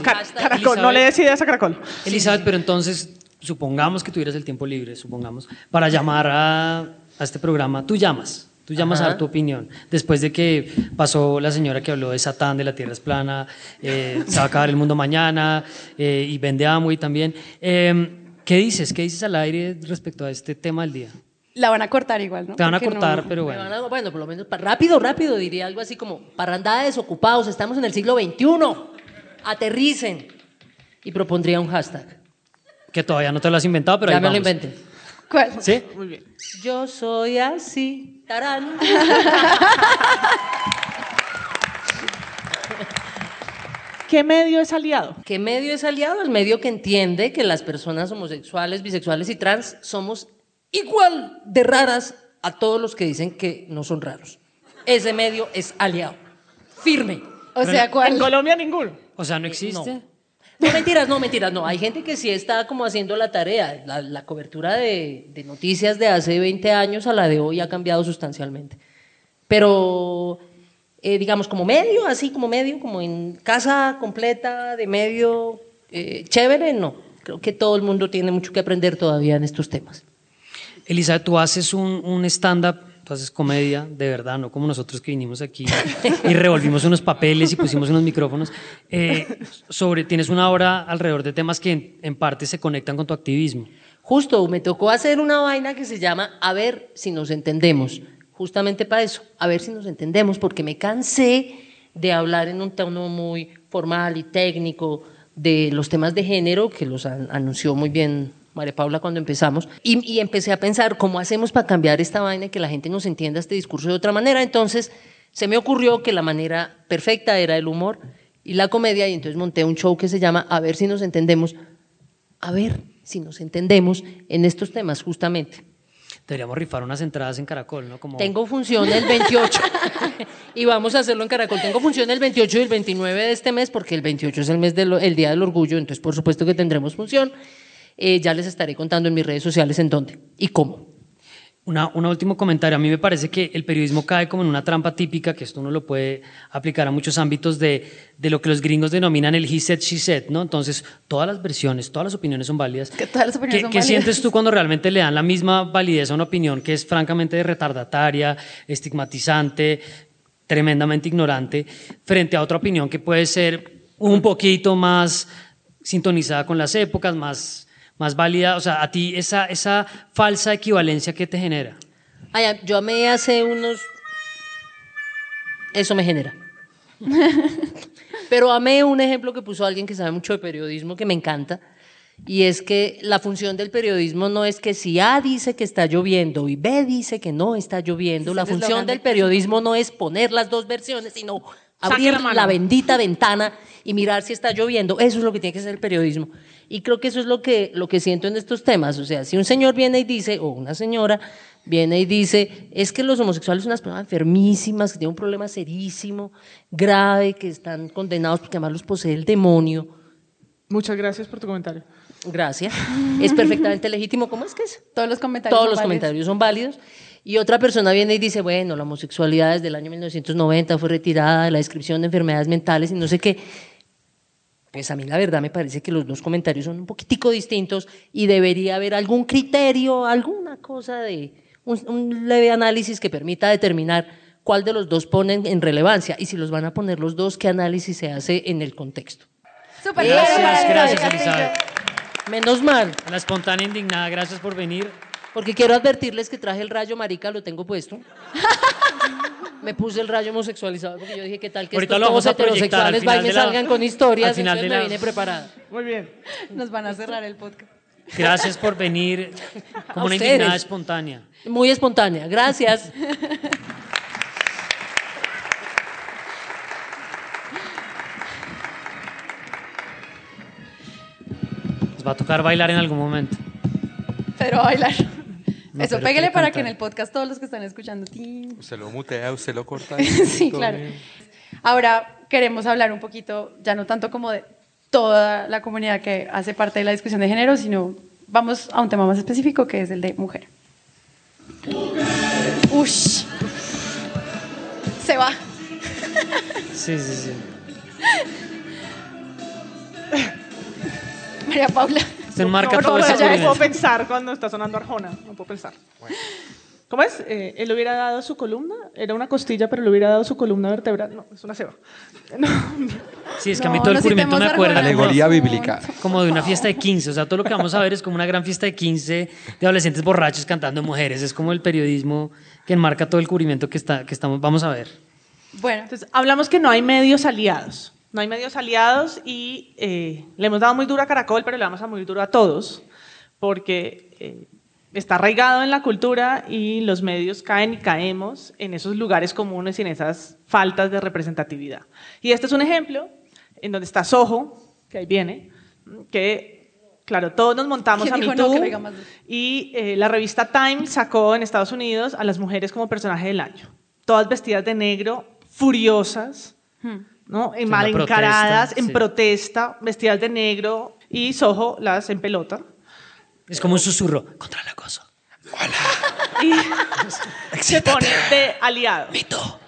Speaker 4: Ca- caracol, no le des ideas a Caracol.
Speaker 1: Elizabeth, pero entonces, supongamos que tuvieras el tiempo libre, supongamos, para llamar a, a este programa. Tú llamas. Tú llamas a
Speaker 14: Ajá.
Speaker 1: dar tu opinión. Después de que pasó la señora que habló de Satán, de la Tierra es plana, eh, se va a acabar el mundo mañana, eh, y vende Amway también. Eh, ¿Qué dices? ¿Qué dices al aire respecto a este tema del día?
Speaker 3: La van a cortar igual, ¿no?
Speaker 1: Te van a
Speaker 3: Porque no-
Speaker 1: cortar, pero
Speaker 14: Me
Speaker 1: bueno.
Speaker 14: van a- bueno, por lo menos pa- rápido, rápido, diría algo así como parrandada de desocupados, estamos en el siglo XXI, aterricen. Y propondría un hashtag.
Speaker 1: Que todavía no te lo has inventado, pero
Speaker 14: ya
Speaker 1: ahí
Speaker 14: me lo
Speaker 1: vamos.
Speaker 14: inventé.
Speaker 3: ¿Cuál?
Speaker 1: ¿Sí?
Speaker 14: Muy bien. Yo soy así, tarán.
Speaker 4: ¿Qué medio es aliado?
Speaker 14: ¿Qué medio es aliado? El medio que entiende que las personas homosexuales, bisexuales y trans somos igual de raras a todos los que dicen que no son raros. Ese medio es aliado. Firme.
Speaker 3: O sea, ¿cuál?
Speaker 4: En Colombia ninguno.
Speaker 1: O
Speaker 14: eh,
Speaker 1: sea, no existe.
Speaker 14: No, mentiras, no, mentiras, no. Hay gente que sí está como haciendo la tarea. La, la cobertura de, de noticias de hace 20 años a la de hoy ha cambiado sustancialmente. Pero, eh, digamos, como medio, así como medio, como en casa completa de medio eh, chévere, no. Creo que todo el mundo tiene mucho que aprender todavía en estos temas.
Speaker 1: Elisa, tú haces un, un stand-up, tú haces comedia, de verdad, no como nosotros que vinimos aquí y revolvimos unos papeles y pusimos unos micrófonos. Eh, sobre, tienes una hora alrededor de temas que en, en parte se conectan con tu activismo.
Speaker 14: Justo, me tocó hacer una vaina que se llama A ver si nos entendemos. Justamente para eso, a ver si nos entendemos, porque me cansé de hablar en un tono muy formal y técnico de los temas de género, que los an- anunció muy bien María Paula cuando empezamos, y, y empecé a pensar cómo hacemos para cambiar esta vaina y que la gente nos entienda este discurso de otra manera. Entonces se me ocurrió que la manera perfecta era el humor y la comedia, y entonces monté un show que se llama A ver si nos entendemos, a ver si nos entendemos en estos temas justamente.
Speaker 1: Deberíamos rifar unas entradas en Caracol, ¿no? Como
Speaker 14: Tengo función el 28 y vamos a hacerlo en Caracol. Tengo función el 28 y el 29 de este mes porque el 28 es el mes del el Día del Orgullo, entonces por supuesto que tendremos función. Eh, ya les estaré contando en mis redes sociales en dónde y cómo.
Speaker 1: Una, un último comentario. A mí me parece que el periodismo cae como en una trampa típica, que esto uno lo puede aplicar a muchos ámbitos de, de lo que los gringos denominan el he said, she said, ¿no? Entonces, todas las versiones, todas las opiniones son válidas.
Speaker 3: Que todas las opiniones
Speaker 1: ¿Qué,
Speaker 3: son
Speaker 1: qué
Speaker 3: válidas.
Speaker 1: sientes tú cuando realmente le dan la misma validez a una opinión que es francamente retardataria, estigmatizante, tremendamente ignorante, frente a otra opinión que puede ser un poquito más sintonizada con las épocas, más, más válida? O sea, a ti esa, esa falsa equivalencia que te genera.
Speaker 14: Ay, a- yo amé hace unos... Eso me genera. Pero amé un ejemplo que puso alguien que sabe mucho de periodismo que me encanta. Y es que la función del periodismo no es que si A dice que está lloviendo y B dice que no está lloviendo,
Speaker 9: Es
Speaker 14: la
Speaker 9: el
Speaker 14: función
Speaker 9: eslogan
Speaker 14: del
Speaker 9: de-
Speaker 14: periodismo no es poner las dos versiones, sino
Speaker 9: Saque
Speaker 14: abrir
Speaker 9: la
Speaker 14: la,
Speaker 9: mano.
Speaker 14: bendita ventana y mirar si está lloviendo. Eso es lo que tiene que hacer el periodismo. Y creo que eso es lo que, lo que siento en estos temas. O sea, si un señor viene y dice, o una señora viene y dice, es que los homosexuales son unas personas enfermísimas, que tienen un problema serísimo, grave, que están condenados porque además los posee el demonio.
Speaker 4: Muchas gracias por tu comentario.
Speaker 14: Gracias. Es perfectamente legítimo. ¿Cómo es que es?
Speaker 3: Todos los comentarios.
Speaker 14: Todos los
Speaker 3: son válidos.
Speaker 14: comentarios son válidos. Y otra persona viene y dice, bueno, la homosexualidad desde el año 1990 fue retirada de la descripción de enfermedades mentales y no sé qué. Pues a mí la verdad me parece que los dos comentarios son un poquitico distintos y debería haber algún criterio, alguna cosa de un, un leve análisis que permita determinar cuál de los dos ponen en relevancia y si los van a poner los dos, qué análisis se hace en el contexto. Pues,
Speaker 3: Súper
Speaker 1: Gracias,
Speaker 3: claro, María
Speaker 1: gracias,
Speaker 3: Paula Castillo.
Speaker 1: Elizabeth.
Speaker 14: Menos mal.
Speaker 1: La espontánea indignada, gracias por venir.
Speaker 14: Porque quiero advertirles que traje el rayo marica, lo tengo puesto. Me puse el rayo homosexualizado porque yo dije, ¿qué tal que
Speaker 1: Ahorita
Speaker 14: estos
Speaker 1: lo vamos
Speaker 14: todos
Speaker 1: a proyectar. al
Speaker 14: heterosexuales
Speaker 1: final
Speaker 14: van y
Speaker 1: de la-
Speaker 14: salgan con
Speaker 1: al
Speaker 14: historias?
Speaker 1: final
Speaker 14: entonces
Speaker 1: de
Speaker 14: me
Speaker 1: la-
Speaker 14: vine preparada.
Speaker 4: Muy bien.
Speaker 3: Nos van a cerrar el podcast.
Speaker 1: Gracias por venir.
Speaker 14: A
Speaker 1: Como una
Speaker 14: ustedes.
Speaker 1: indignada espontánea.
Speaker 14: Muy espontánea, gracias.
Speaker 1: Nos va a tocar bailar en algún momento.
Speaker 3: Pero a bailar.
Speaker 1: No,
Speaker 3: Eso,
Speaker 1: pero
Speaker 3: pégale
Speaker 1: quiere
Speaker 3: para
Speaker 1: cantar.
Speaker 3: que en el podcast todos los que están escuchando. tin.
Speaker 2: Usted lo mutea, usted lo corta.
Speaker 3: Sí,
Speaker 2: Todo
Speaker 3: claro.
Speaker 2: bien.
Speaker 3: Ahora queremos hablar un poquito, ya no tanto como de toda la comunidad que hace parte de la discusión de género, sino vamos a un tema más específico que es el de mujer. Ush. Se va.
Speaker 1: Sí, sí, sí.
Speaker 3: María Paula.
Speaker 1: Se enmarca
Speaker 4: no,
Speaker 1: todo
Speaker 4: no,
Speaker 1: ese
Speaker 4: no, no puedo
Speaker 1: experimento.
Speaker 4: pensar cuando está sonando Arjona. No puedo pensar. ¿Cómo es? Eh, él hubiera dado su columna, era una costilla, pero le hubiera dado su columna vertebral. No, es una ceba. No.
Speaker 1: Sí, es que a mí todo el cubrimiento me acuerda.
Speaker 2: Alegoría bíblica.
Speaker 1: Como de una fiesta de 15. O sea, todo lo que vamos a ver es como una gran fiesta de 15 de adolescentes borrachos cantando mujeres. Es como el periodismo que enmarca todo el cubrimiento que, está, que estamos, vamos a ver.
Speaker 4: Bueno, entonces hablamos que no hay medios aliados. No hay medios aliados y eh, le hemos dado muy duro a Caracol, pero le vamos a muy duro a todos, porque eh, está arraigado en la cultura y los medios caen y caemos en esos lugares comunes y en esas faltas de representatividad. Y este es un ejemplo en donde está Soho, que ahí viene, que, claro, todos nos montamos
Speaker 3: ¿Quién
Speaker 4: a
Speaker 3: dijo
Speaker 4: Me
Speaker 3: no?
Speaker 4: Too
Speaker 3: Que venga más-
Speaker 4: y eh, la revista Time sacó en Estados Unidos a las mujeres como personaje del año. Todas vestidas de negro, furiosas,
Speaker 3: Hmm.
Speaker 4: ¿no? Eh,
Speaker 15: Sí,
Speaker 4: mal
Speaker 15: una protesta,
Speaker 4: encaradas, en
Speaker 15: sí.
Speaker 4: protesta, vestidas de negro y Soho las en pelota.
Speaker 1: Es como un susurro contra el acoso.
Speaker 4: y se pone de aliado. ¿No?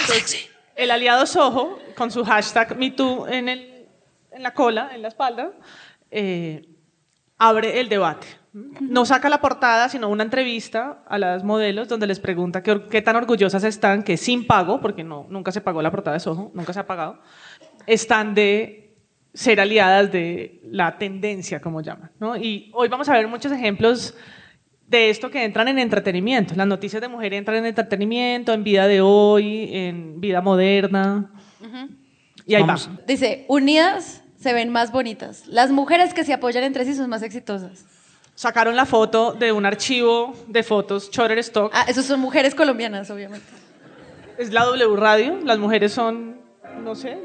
Speaker 4: Entonces, el aliado Soho, con su hashtag MeToo en, el- en la cola, en la espalda, eh, abre el debate. No saca la portada, sino una entrevista a las modelos donde les pregunta qué, or- qué tan orgullosas están, que sin pago, porque no, nunca se pagó la portada de Soho, nunca se ha pagado, están de ser aliadas de la tendencia, como llaman. ¿no? Y hoy vamos a ver muchos ejemplos de esto que entran en entretenimiento. Las noticias de mujer entran en entretenimiento, en vida de hoy, en vida moderna. Y ahí
Speaker 1: Vamos.
Speaker 4: va.
Speaker 3: Dice, unidas se ven más bonitas. Las mujeres que se apoyan entre sí son más exitosas.
Speaker 4: Sacaron la foto de un archivo de fotos, Shutterstock.
Speaker 3: Ah, esos son mujeres colombianas, obviamente.
Speaker 4: Es la W Radio. Las mujeres son, no sé.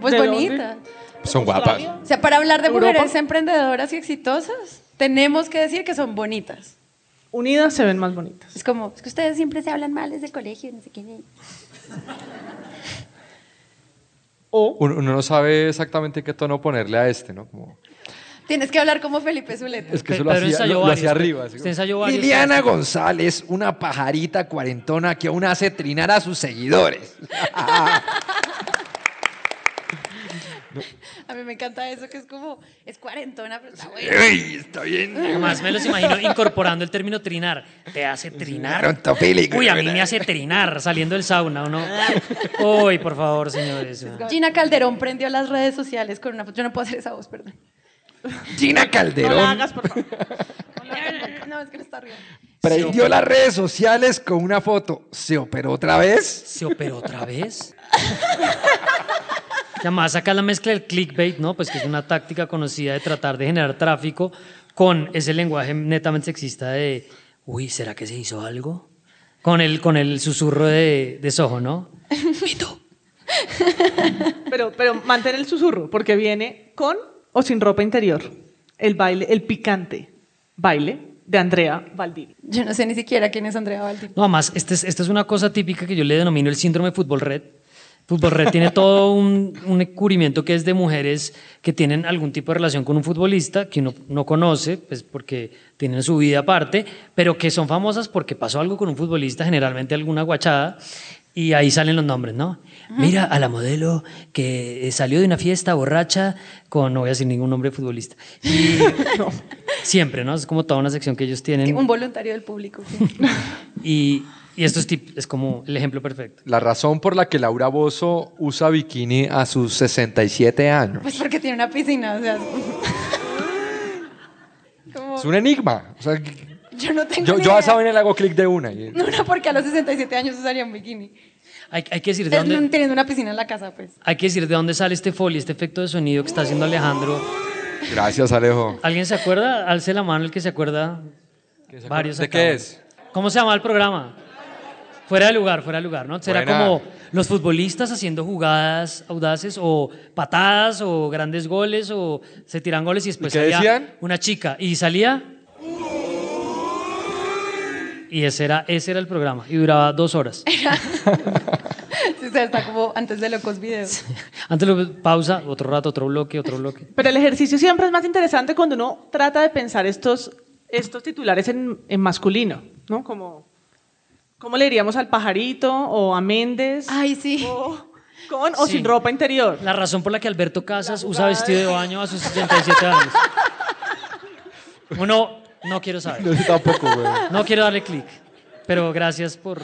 Speaker 3: Pues
Speaker 4: ¿de dónde?
Speaker 3: bonita.
Speaker 2: Son guapas.
Speaker 3: O sea, para hablar de
Speaker 4: ¿Europa?
Speaker 3: mujeres emprendedoras y exitosas, tenemos que decir que son bonitas.
Speaker 4: Unidas se ven más bonitas.
Speaker 3: Es como, es que ustedes siempre se hablan mal desde el colegio, no sé qué.
Speaker 2: Uno, uno no sabe exactamente qué tono ponerle a este, ¿no? Como,
Speaker 3: Tienes que hablar como Felipe Zuleta.
Speaker 2: es que eso lo hacía, lo- lo hacía arriba. así como, Liliana González, una pajarita cuarentona que aún hace trinar a sus seguidores.
Speaker 3: A mí me encanta eso, que es como, es cuarentona, pero está bueno.
Speaker 2: Ey, está bien.
Speaker 1: Además, me los imagino incorporando el término trinar. Te hace trinar.
Speaker 2: Frontofílico.
Speaker 1: Uy, a mí me hace trinar saliendo del sauna, ¿o no? Uy, por favor, señores.
Speaker 3: Gina Calderón prendió las redes sociales con una foto. Yo no puedo hacer esa voz, perdón.
Speaker 2: Gina
Speaker 4: No la
Speaker 2: Calderón
Speaker 4: hagas, por favor.
Speaker 3: No, es que no está arriba.
Speaker 2: prendió las redes sociales con una foto. ¿Se operó otra vez?
Speaker 1: ¿Se operó otra vez? Que además acá la mezcla del clickbait, ¿no? Pues que es una táctica conocida de tratar de generar tráfico con ese lenguaje netamente sexista de, uy, ¿será que se hizo algo? Con el, con el susurro de, de Soho, ¿no?
Speaker 4: Pero, pero mantén el susurro, porque viene con o sin ropa interior. El baile, el picante baile de Andrea Valdivia.
Speaker 3: Yo no sé ni siquiera quién es Andrea Valdín.
Speaker 1: No, además, este es- esta es una cosa típica que yo le denomino el síndrome de fútbol red. Fútbol red tiene todo un, un cubrimiento que es de mujeres que tienen algún tipo de relación con un futbolista que uno no conoce, pues porque tienen su vida aparte, pero que son famosas porque pasó algo con un futbolista, generalmente alguna guachada, y ahí salen los nombres, ¿no? Mira a la modelo que eh, salió de una fiesta borracha con, no voy a decir ningún nombre de futbolista. Y, Siempre, ¿no? Es como toda una sección que ellos tienen.
Speaker 3: Un voluntario del público.
Speaker 1: Y, y esto es, tip- es como el ejemplo perfecto.
Speaker 2: La razón por la que Laura Bozo usa bikini a sus 67 años.
Speaker 3: Pues porque tiene una piscina, o sea. Como,
Speaker 2: Es un enigma. O sea,
Speaker 3: yo no tengo
Speaker 2: yo,
Speaker 3: ni
Speaker 2: yo a
Speaker 3: idea.
Speaker 2: esa vaina le hago clic de una. y-
Speaker 3: No, no, porque a los 67 años usaría un bikini.
Speaker 1: Hay, hay que decir de
Speaker 3: Es-
Speaker 1: dónde,
Speaker 3: Teniendo una piscina en la casa, pues.
Speaker 1: hay que decir de dónde sale este folio, este efecto de sonido que está haciendo Alejandro.
Speaker 2: Gracias, Alejo.
Speaker 1: ¿Alguien se acuerda? Alce la mano el que se acuerda.
Speaker 2: acuerda?
Speaker 1: Varios
Speaker 2: ¿De
Speaker 1: acá.
Speaker 2: qué es?
Speaker 1: ¿Cómo se llama el programa? Fuera de lugar, fuera de lugar, ¿no? Será
Speaker 2: Buena.
Speaker 1: como los futbolistas haciendo jugadas audaces o patadas o grandes goles o se tiran goles y después
Speaker 2: qué
Speaker 1: salía
Speaker 2: decían?
Speaker 1: una chica y salía y ese era ese era el programa y duraba dos horas.
Speaker 3: Sí, o sea, está como antes de locos videos.
Speaker 1: Antes lo pausa, otro rato, otro bloque, otro bloque.
Speaker 4: Pero el ejercicio siempre es más interesante cuando uno trata de pensar estos, estos titulares en, en masculino, ¿no? Como, ¿cómo le diríamos al pajarito o a Méndez?
Speaker 3: Ay, sí.
Speaker 4: con o
Speaker 1: Sí.
Speaker 4: sin ropa interior.
Speaker 1: La razón por la que Alberto Casas usa vestido de baño a sus 77 años. Uno, no quiero saber.
Speaker 2: Yo tampoco, güey.
Speaker 1: No quiero darle clic. pero gracias por,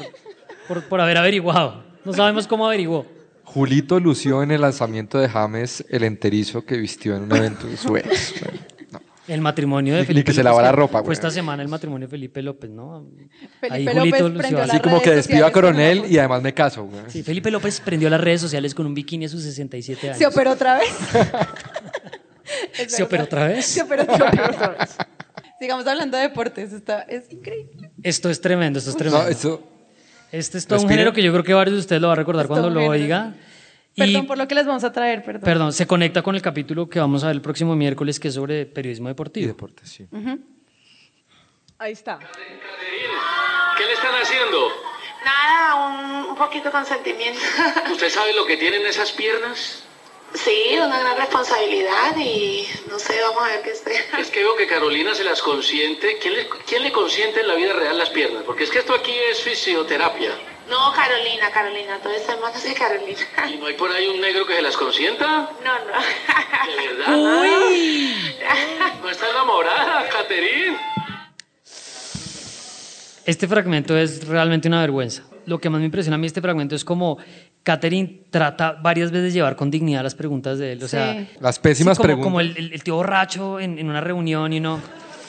Speaker 1: por, por haber averiguado. No sabemos cómo averiguó.
Speaker 2: Julito lució en el lanzamiento de James el enterizo que vistió en un evento de su ex.
Speaker 1: El matrimonio
Speaker 2: Ni-
Speaker 1: de
Speaker 2: ni
Speaker 1: Felipe
Speaker 2: que se lava
Speaker 1: López,
Speaker 2: la ropa,
Speaker 1: Fue
Speaker 2: güey.
Speaker 1: esta semana el matrimonio de Felipe López, ¿no?
Speaker 3: Felipe
Speaker 1: Ahí
Speaker 3: López
Speaker 1: Julito
Speaker 3: prendió
Speaker 1: Lucio.
Speaker 3: las
Speaker 2: Así como que despido a Coronel y además me caso. güey.
Speaker 1: Sí, Felipe López prendió las redes sociales con un bikini a sus 67 años.
Speaker 3: Se operó otra vez. Es
Speaker 1: ¿Se operó
Speaker 3: verdad.
Speaker 1: otra vez?
Speaker 3: Se operó, se operó otra vez. Sigamos hablando de deportes. Está, es increíble.
Speaker 1: Esto es tremendo, esto es
Speaker 2: No,
Speaker 1: tremendo.
Speaker 2: eso-
Speaker 1: este es todo un
Speaker 2: Respire.
Speaker 1: género que yo creo que varios de ustedes lo van a recordar
Speaker 3: Es todo
Speaker 1: cuando
Speaker 3: un
Speaker 1: lo
Speaker 3: género.
Speaker 1: oigan.
Speaker 3: Perdón por lo que les vamos a traer, perdón.
Speaker 1: Perdón, se conecta con el capítulo que vamos a ver el próximo miércoles, que es sobre periodismo deportivo.
Speaker 2: deporte, sí.
Speaker 3: Ujú.
Speaker 4: Ahí está.
Speaker 15: ¿Qué le están haciendo?
Speaker 16: Nada, un, un poquito con sentimiento.
Speaker 15: ¿Usted sabe lo que tienen esas piernas?
Speaker 16: sí, una gran responsabilidad y no sé, vamos a ver qué sea.
Speaker 15: Es que veo que Carolina se las consiente. ¿Quién le, quién le consiente en la vida real las piernas? Porque es que esto aquí es fisioterapia.
Speaker 16: No, Carolina, Carolina, todo eso es más de Carolina.
Speaker 15: ¿Y no hay por ahí un negro que se las consienta?
Speaker 16: No, no.
Speaker 15: ¿De verdad? ¿No está enamorada, Caterín?
Speaker 1: Este fragmento es realmente una vergüenza. Lo que más me impresiona a mí de este fragmento es como Catherine trata varias veces de llevar con dignidad las preguntas de él. O sea,
Speaker 2: Sí. Las pésimas
Speaker 1: como,
Speaker 2: preguntas.
Speaker 1: Como el, el- el tío borracho en, en una reunión y uno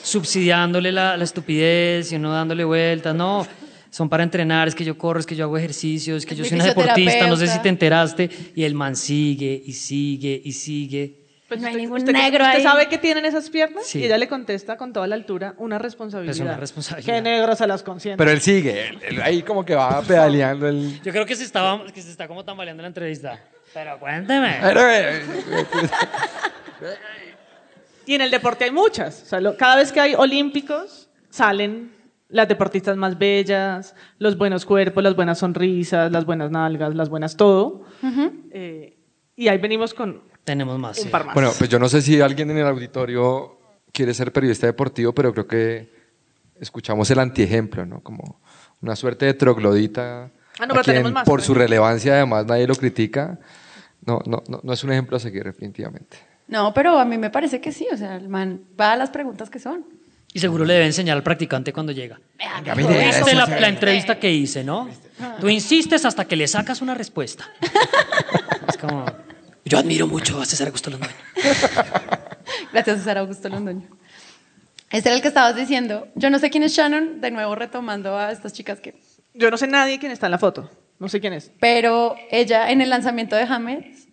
Speaker 1: subsidiándole la, la estupidez y uno dándole vueltas. No, son para entrenar, es que yo corro, es que yo hago ejercicio, es que yo
Speaker 3: mi
Speaker 1: soy una deportista, no sé si
Speaker 3: fisioterapeuta.
Speaker 1: te enteraste. Y el man sigue y sigue y sigue.
Speaker 4: Pues
Speaker 3: no hay ningún
Speaker 4: ¿Usted,
Speaker 3: negro
Speaker 4: usted
Speaker 3: ahí.
Speaker 4: sabe que tienen esas piernas?
Speaker 1: Sí.
Speaker 4: Y ella le contesta con toda la altura, una responsabilidad.
Speaker 1: Es una responsabilidad.
Speaker 4: ¿Qué negro se las consiente?
Speaker 2: Pero él sigue, él- él ahí como que va pedaleando el...
Speaker 1: Yo creo que se, estaba, que se está como tambaleando la entrevista. Pero cuénteme.
Speaker 2: Pero, eh,
Speaker 4: Y en el deporte hay muchas. O sea, lo- cada vez que hay olímpicos, salen las deportistas más bellas, los buenos cuerpos, las buenas sonrisas, las buenas nalgas, las buenas todo. Eh, y ahí venimos con
Speaker 1: Tenemos más.
Speaker 4: un par más.
Speaker 2: Bueno, pues yo no sé si alguien en el auditorio quiere ser periodista deportivo, pero creo que escuchamos el antiejemplo, ¿no? Como una suerte de troglodita.
Speaker 4: Ah, no,
Speaker 2: a
Speaker 4: pero tenemos más, pues.
Speaker 2: Por
Speaker 4: por
Speaker 2: su
Speaker 4: ejemplo.
Speaker 2: relevancia, además, nadie lo critica. No, no, no, no es un ejemplo a seguir, definitivamente.
Speaker 3: No, pero a mí me parece que sí. O sea, el man va a las preguntas que son.
Speaker 1: Y seguro le debe enseñar al practicante cuando llega.
Speaker 2: mire, eso,
Speaker 1: ¿Viste la,
Speaker 2: sí.
Speaker 1: la entrevista que hice, no? Tú insistes hasta que le sacas una respuesta. Es como... Yo admiro mucho a César Augusto Londoño.
Speaker 3: Gracias, César Augusto Londoño. Este era el que estabas diciendo. Yo no sé quién es Shannon, de nuevo retomando a estas chicas que.
Speaker 4: Yo no sé nadie quién está en la foto. No sé quién es.
Speaker 3: Pero ella en el lanzamiento de James,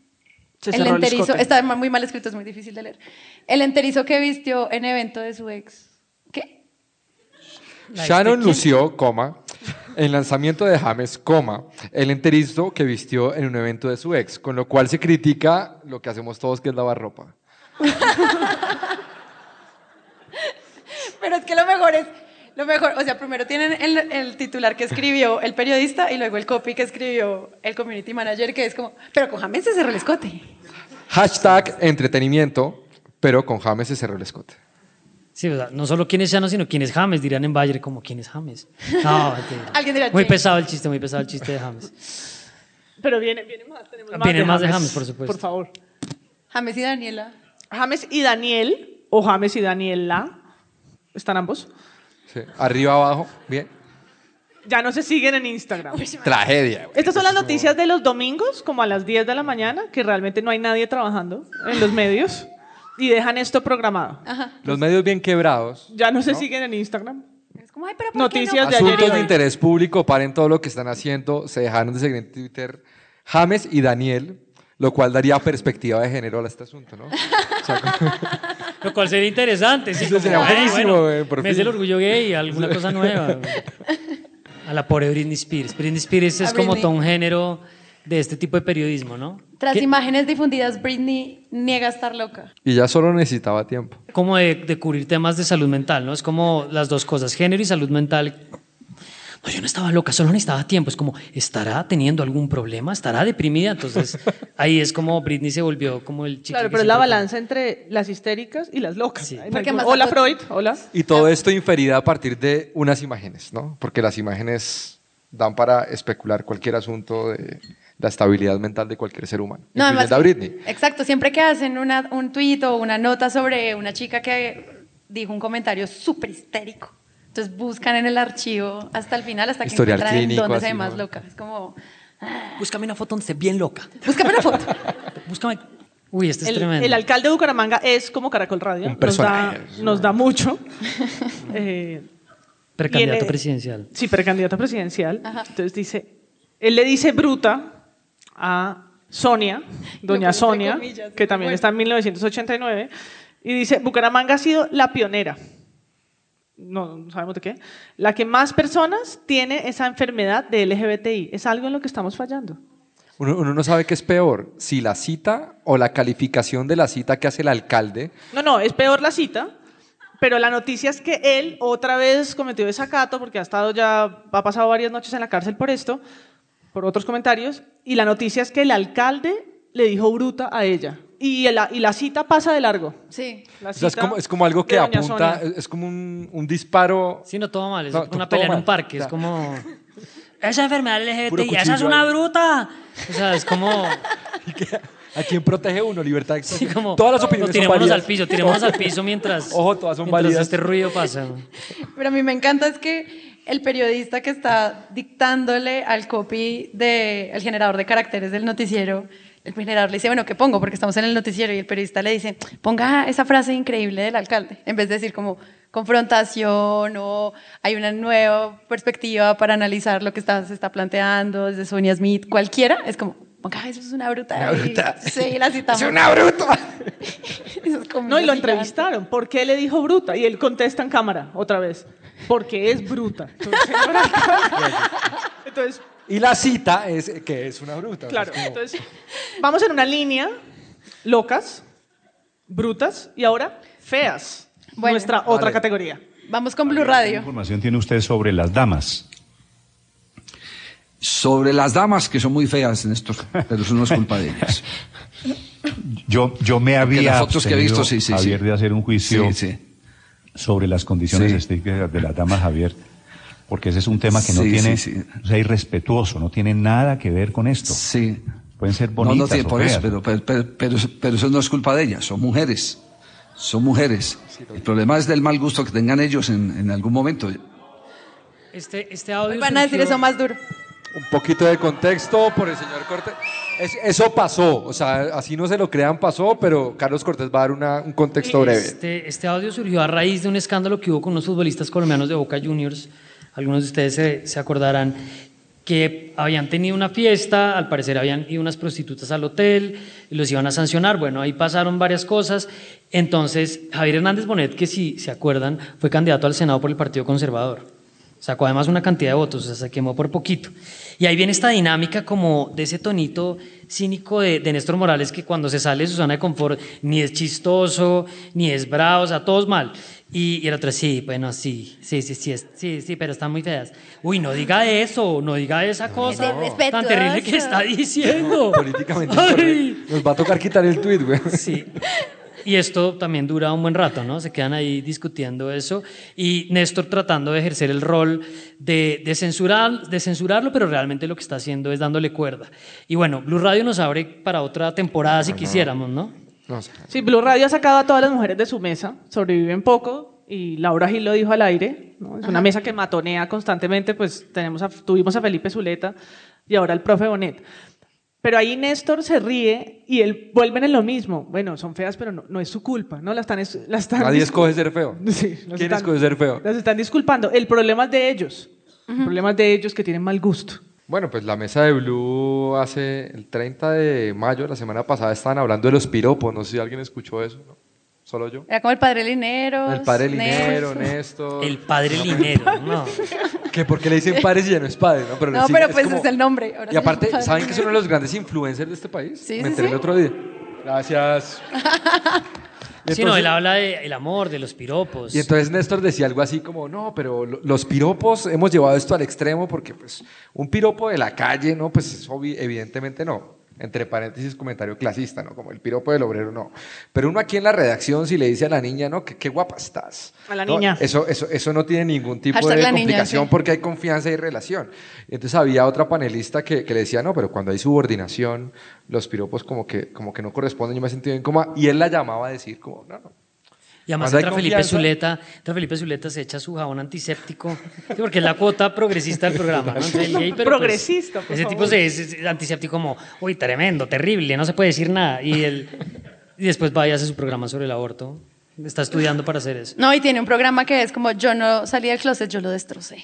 Speaker 4: Se
Speaker 3: el
Speaker 4: cerró el
Speaker 3: enterizo,
Speaker 4: escote.
Speaker 3: está ma- muy mal escrito, es muy difícil de leer. El enterizo que vistió en evento de su ex. ¿Qué?
Speaker 2: Shannon lució, coma, el lanzamiento de James, coma, el enterizo que vistió en un evento de su ex, con lo cual se critica lo que hacemos todos, que es lavar ropa.
Speaker 3: Pero es que lo mejor es. Lo mejor, o sea, primero tienen el, el titular que escribió el periodista y luego el copy que escribió el community manager, que es como, pero con James se cerró el escote.
Speaker 2: Hashtag entretenimiento, pero con James se cerró el escote.
Speaker 1: Sí, o sea, no solo quién es Shannon, sino quién es James. Dirán en Bayer como, ¿quién es James? No, mentira.
Speaker 3: Alguien dirá,
Speaker 1: Muy
Speaker 3: "James".
Speaker 1: pesado el chiste, muy pesado el chiste de James.
Speaker 4: Pero viene, viene más. Tenemos más
Speaker 1: Viene
Speaker 4: de
Speaker 1: más de
Speaker 4: James,
Speaker 1: James, por supuesto.
Speaker 4: Por favor.
Speaker 3: James y Daniela.
Speaker 4: James y Daniel, o James y Daniela, están ambos.
Speaker 2: Sí, Arriba, abajo, bien.
Speaker 4: Ya no se siguen en Instagram.
Speaker 2: Tragedia. güey.
Speaker 4: Estas son las noticias de los domingos, como a las 10 de la mañana, que realmente no hay nadie trabajando en los medios y dejan esto programado.
Speaker 2: Los medios bien quebrados.
Speaker 4: Ya no se siguen en Instagram. Noticias de ayer. y
Speaker 2: Asuntos de
Speaker 4: hoy.
Speaker 2: interés público, paren todo lo que están haciendo. Se dejaron de seguir en Twitter James y Daniel, lo cual daría perspectiva de género a este asunto, ¿no? O sea, como-
Speaker 1: Lo cual sería interesante. Sí,
Speaker 2: Eso sería
Speaker 1: "Ay,
Speaker 2: buenísimo, güey, por
Speaker 1: me es
Speaker 2: fin".
Speaker 1: el orgullo gay, alguna cosa nueva. A la pobre Britney Spears. Britney Spears es
Speaker 3: A
Speaker 1: como
Speaker 3: Britney.
Speaker 1: todo un género de este tipo de periodismo, ¿no?
Speaker 3: Tras
Speaker 1: ¿Qué-
Speaker 3: imágenes difundidas, Britney niega estar loca.
Speaker 2: y ya solo necesitaba tiempo.
Speaker 1: como de, de cubrir temas de salud mental, ¿no? Es como las dos cosas, género y salud mental. No, yo no estaba loca, solo necesitaba tiempo. Es como, ¿estará teniendo algún problema? ¿Estará deprimida? Entonces, ahí es como Britney se volvió como el chico.
Speaker 4: Claro, pero es la balanza entre las histéricas y las locas. En
Speaker 3: Porque
Speaker 4: algún-
Speaker 3: más
Speaker 4: Hola,
Speaker 3: datos-
Speaker 4: Freud. Hola.
Speaker 2: Y todo esto inferida a partir de unas imágenes, ¿no? Porque las imágenes dan para especular cualquier asunto de la estabilidad mental de cualquier ser humano.
Speaker 3: No, además-
Speaker 2: incluyendo a Britney.
Speaker 3: Exacto, siempre que hacen una- un tuit o una nota sobre una chica que dijo un comentario súper histérico, Entonces buscan en el archivo hasta el final, hasta que
Speaker 2: Historial
Speaker 3: encuentran en
Speaker 2: clínico,
Speaker 3: dónde se ve
Speaker 2: así,
Speaker 3: más
Speaker 2: ¿no?
Speaker 3: loca. Es como,
Speaker 1: Búscame una foto donde esté bien loca.
Speaker 3: búscame una foto.
Speaker 1: Búscame. Uy, este es
Speaker 4: el,
Speaker 1: tremendo.
Speaker 4: el alcalde de Bucaramanga es como Caracol Radio.
Speaker 1: Un
Speaker 4: nos, da,
Speaker 1: personaje,
Speaker 4: nos da mucho. Eh,
Speaker 1: Precandidato
Speaker 4: viene-
Speaker 1: presidencial.
Speaker 4: Sí, precandidata presidencial. Entonces dice, él le dice bruta a Sonia, doña
Speaker 17: entre
Speaker 4: Sonia,
Speaker 17: comillas,
Speaker 4: que también
Speaker 17: bueno.
Speaker 4: está en 1989, y dice, Bucaramanga ha sido la pionera, no, no sabemos de qué, la que más personas tiene esa enfermedad de LGBTI. Es algo en lo que estamos fallando.
Speaker 2: Uno, uno no sabe qué es peor, si la cita o la calificación de la cita que hace el alcalde.
Speaker 4: No, no, es peor la cita. Pero la noticia es que él otra vez cometió desacato porque ha estado ya, ha pasado varias noches en la cárcel por esto, por otros comentarios. Y la noticia es que el alcalde le dijo bruta a ella. Y la, y la cita pasa de largo.
Speaker 3: Sí.
Speaker 4: La
Speaker 2: O sea, es,
Speaker 4: cita
Speaker 2: como, es como algo que
Speaker 4: de doña
Speaker 2: apunta, eh,
Speaker 4: Sonia.
Speaker 2: es, es como un, un disparo.
Speaker 1: Sí, no todo mal, es
Speaker 2: No,
Speaker 1: una
Speaker 2: todo
Speaker 1: pelea en
Speaker 2: mal.
Speaker 1: un parque, es
Speaker 2: O sea,
Speaker 1: como... Esa enfermedad
Speaker 2: Puro
Speaker 1: LGBTI,
Speaker 2: cuchillo
Speaker 1: esa es una
Speaker 2: ahí.
Speaker 1: bruta. O sea, es como...
Speaker 2: ¿A quién protege uno? Libertad de expresión.
Speaker 1: Sí, como
Speaker 2: Todas las opiniones
Speaker 1: no,
Speaker 2: son
Speaker 1: tirémonos
Speaker 2: válidas.
Speaker 1: al piso, tirémonos al piso mientras,
Speaker 2: Ojo, todas son
Speaker 1: mientras
Speaker 2: válidas.
Speaker 1: este ruido pasa.
Speaker 3: Pero a mí me encanta es que el periodista que está dictándole al copy del generador de caracteres del noticiero, el generador le dice, bueno, ¿qué pongo? Porque estamos en el noticiero y el periodista le dice, ponga esa frase increíble del alcalde, en vez de decir como confrontación o hay una nueva perspectiva para analizar lo que está, se está planteando desde Sonia Smith, cualquiera, es como, ponga, eso es una bruta.
Speaker 4: Una
Speaker 3: y-
Speaker 4: bruta.
Speaker 3: Sí, la citamos.
Speaker 4: Es una
Speaker 2: bruta.
Speaker 4: No, y lo entrevistaron. ¿Por qué le dijo bruta? Y él contesta en cámara otra vez. Porque es bruta. Entonces, señor alcalde, entonces,
Speaker 2: Y la cita es eh, que es una bruta. o sea,
Speaker 4: Claro,
Speaker 2: es como-
Speaker 4: entonces vamos en una línea locas, brutas y ahora feas. Nuestra otra
Speaker 18: Vale.
Speaker 4: categoría.
Speaker 3: Vamos con Blue Radio.
Speaker 18: información tiene usted sobre las damas?
Speaker 19: Sobre las damas que son muy feas, Néstor, pero eso no es culpa de ellas.
Speaker 18: Yo, yo me
Speaker 19: Porque
Speaker 18: había
Speaker 19: las fotos que he
Speaker 18: abstenido,
Speaker 19: visto, sí, sí, sí.
Speaker 18: Javier, de hacer un juicio
Speaker 19: Sí,
Speaker 18: sobre las condiciones
Speaker 19: Sí.
Speaker 18: estéticas de las damas, Javier, porque ese es un tema que no
Speaker 19: Sí,
Speaker 18: tiene,
Speaker 19: sí, sí.
Speaker 18: o sea, irrespetuoso, no tiene nada que ver con esto.
Speaker 19: Sí.
Speaker 18: Pueden ser
Speaker 19: No,
Speaker 18: bonitas
Speaker 19: no tiene
Speaker 18: o
Speaker 19: por eso,
Speaker 18: feas.
Speaker 19: pero, pero, pero, pero eso- pero eso no es culpa de ellas, son mujeres. Son mujeres. El problema es del mal gusto que tengan ellos en, en algún momento.
Speaker 1: Este, este audio
Speaker 3: Van a decir
Speaker 1: surgió-
Speaker 3: eso más duro.
Speaker 2: Un poquito de contexto por el señor Cortés. Es- eso pasó, o sea, así no se lo crean, pasó, pero Carlos Cortés va a dar una- un contexto breve.
Speaker 1: Este, este audio surgió a raíz de un escándalo que hubo con unos futbolistas colombianos de Boca Juniors. Algunos de ustedes se, se acordarán que habían tenido una fiesta, al parecer habían ido unas prostitutas al hotel y los iban a sancionar. Bueno, ahí pasaron varias cosas. Entonces, Javier Hernández Bonet, que si se acuerdan, fue candidato al Senado por el Partido Conservador. Sacó además una cantidad de votos, o sea, se quemó por poquito. Y ahí viene esta dinámica como de ese tonito cínico de, de Néstor Morales que cuando se sale de su zona de confort ni es chistoso, ni es bravo, o sea, todos mal. Y, y el otro, sí, bueno, sí, sí, sí, sí, es- sí, sí, pero están muy feas. Uy, no diga eso, no diga esa cosa tan terrible que está diciendo.
Speaker 2: Políticamente incorrecto. Nos va a tocar quitar el tweet, güey.
Speaker 1: Sí. Y esto también dura un buen rato, ¿no? Se quedan ahí discutiendo eso y Néstor tratando de ejercer el rol de, de censurar, de censurarlo, pero realmente lo que está haciendo es dándole cuerda. Y bueno, Blue Radio nos abre para otra temporada si quisiéramos, ¿no?
Speaker 4: Sí, Blue Radio ha sacado a todas las mujeres de su mesa, sobreviven poco y Laura Gil lo dijo al aire. ¿no? Es una
Speaker 1: Ajá.
Speaker 4: mesa que matonea constantemente, pues tenemos a- tuvimos a Felipe Zuleta y ahora el profe Bonet. Pero ahí Néstor se ríe y él vuelven en lo mismo. Bueno, son feas, pero no, no es su culpa, ¿no? Las están, es- las están
Speaker 2: Nadie
Speaker 4: discu-
Speaker 2: escoge ser feo.
Speaker 4: Sí, las
Speaker 2: ¿Quién
Speaker 4: están-
Speaker 2: escoge ser feo?
Speaker 4: Las están disculpando. El problema es de ellos. El problema es de ellos que tienen mal gusto.
Speaker 2: Bueno, pues la mesa de Blue hace el 30 de mayo, la semana pasada, estaban hablando de los piropos. No sé si alguien escuchó eso, ¿no? Solo yo.
Speaker 3: Era como el padre Lineros.
Speaker 2: El padre Linero,
Speaker 3: Nelson.
Speaker 2: Néstor.
Speaker 1: El padre Linero, no.
Speaker 2: Que porque le dicen padre si ya no es padre, ¿no? Pero,
Speaker 3: No,
Speaker 2: sí,
Speaker 3: pero pues
Speaker 2: como-
Speaker 3: es el nombre. ahora
Speaker 2: Y
Speaker 3: se
Speaker 2: aparte,
Speaker 3: llama
Speaker 2: ¿saben que es
Speaker 3: padre
Speaker 2: uno de los grandes influencers de este país?
Speaker 3: Sí,
Speaker 2: Me
Speaker 3: sí,
Speaker 2: enteré
Speaker 3: sí.
Speaker 2: el otro día. Gracias. Y
Speaker 1: Sí, no,
Speaker 2: entonces-
Speaker 1: él habla del amor, de los piropos.
Speaker 2: Y entonces Néstor decía algo así como, no, pero lo- los piropos, hemos llevado esto al extremo porque pues un piropo de la calle, ¿no? Pues eso obvi- evidentemente no. Entre paréntesis, comentario clasista, ¿no? Como el piropo del obrero, no. Pero uno aquí en la redacción, si le dice a la niña, ¿no? Que qué guapa estás.
Speaker 4: A la
Speaker 2: ¿no?
Speaker 4: niña.
Speaker 2: Eso, eso, eso no tiene ningún tipo
Speaker 4: Hashtag
Speaker 2: de
Speaker 4: la niña,
Speaker 2: complicación
Speaker 4: sí.
Speaker 2: porque hay confianza y relación. Entonces había otra panelista que, que le decía, no, pero cuando hay subordinación, los piropos como que, como que no corresponden, yo me he sentido en coma. Y él la llamaba a decir como, no, no,
Speaker 1: Y además
Speaker 2: Cuando hay
Speaker 1: entra Felipe,
Speaker 2: confianza-
Speaker 1: Zuleta, entra Felipe Zuleta, se echa su jabón antiséptico, sí, porque es la cuota progresista del programa. ¿no? Entonces, el gay, pero, pues,
Speaker 4: Progresista, por
Speaker 1: Ese
Speaker 4: favor.
Speaker 1: tipo se es, es antiséptico como, uy, tremendo, terrible, no se puede decir nada. Y, él, y después va y hace su programa sobre el aborto. Está estudiando para hacer eso.
Speaker 3: No, y tiene un programa que es como yo no salí del closet, yo lo destrocé.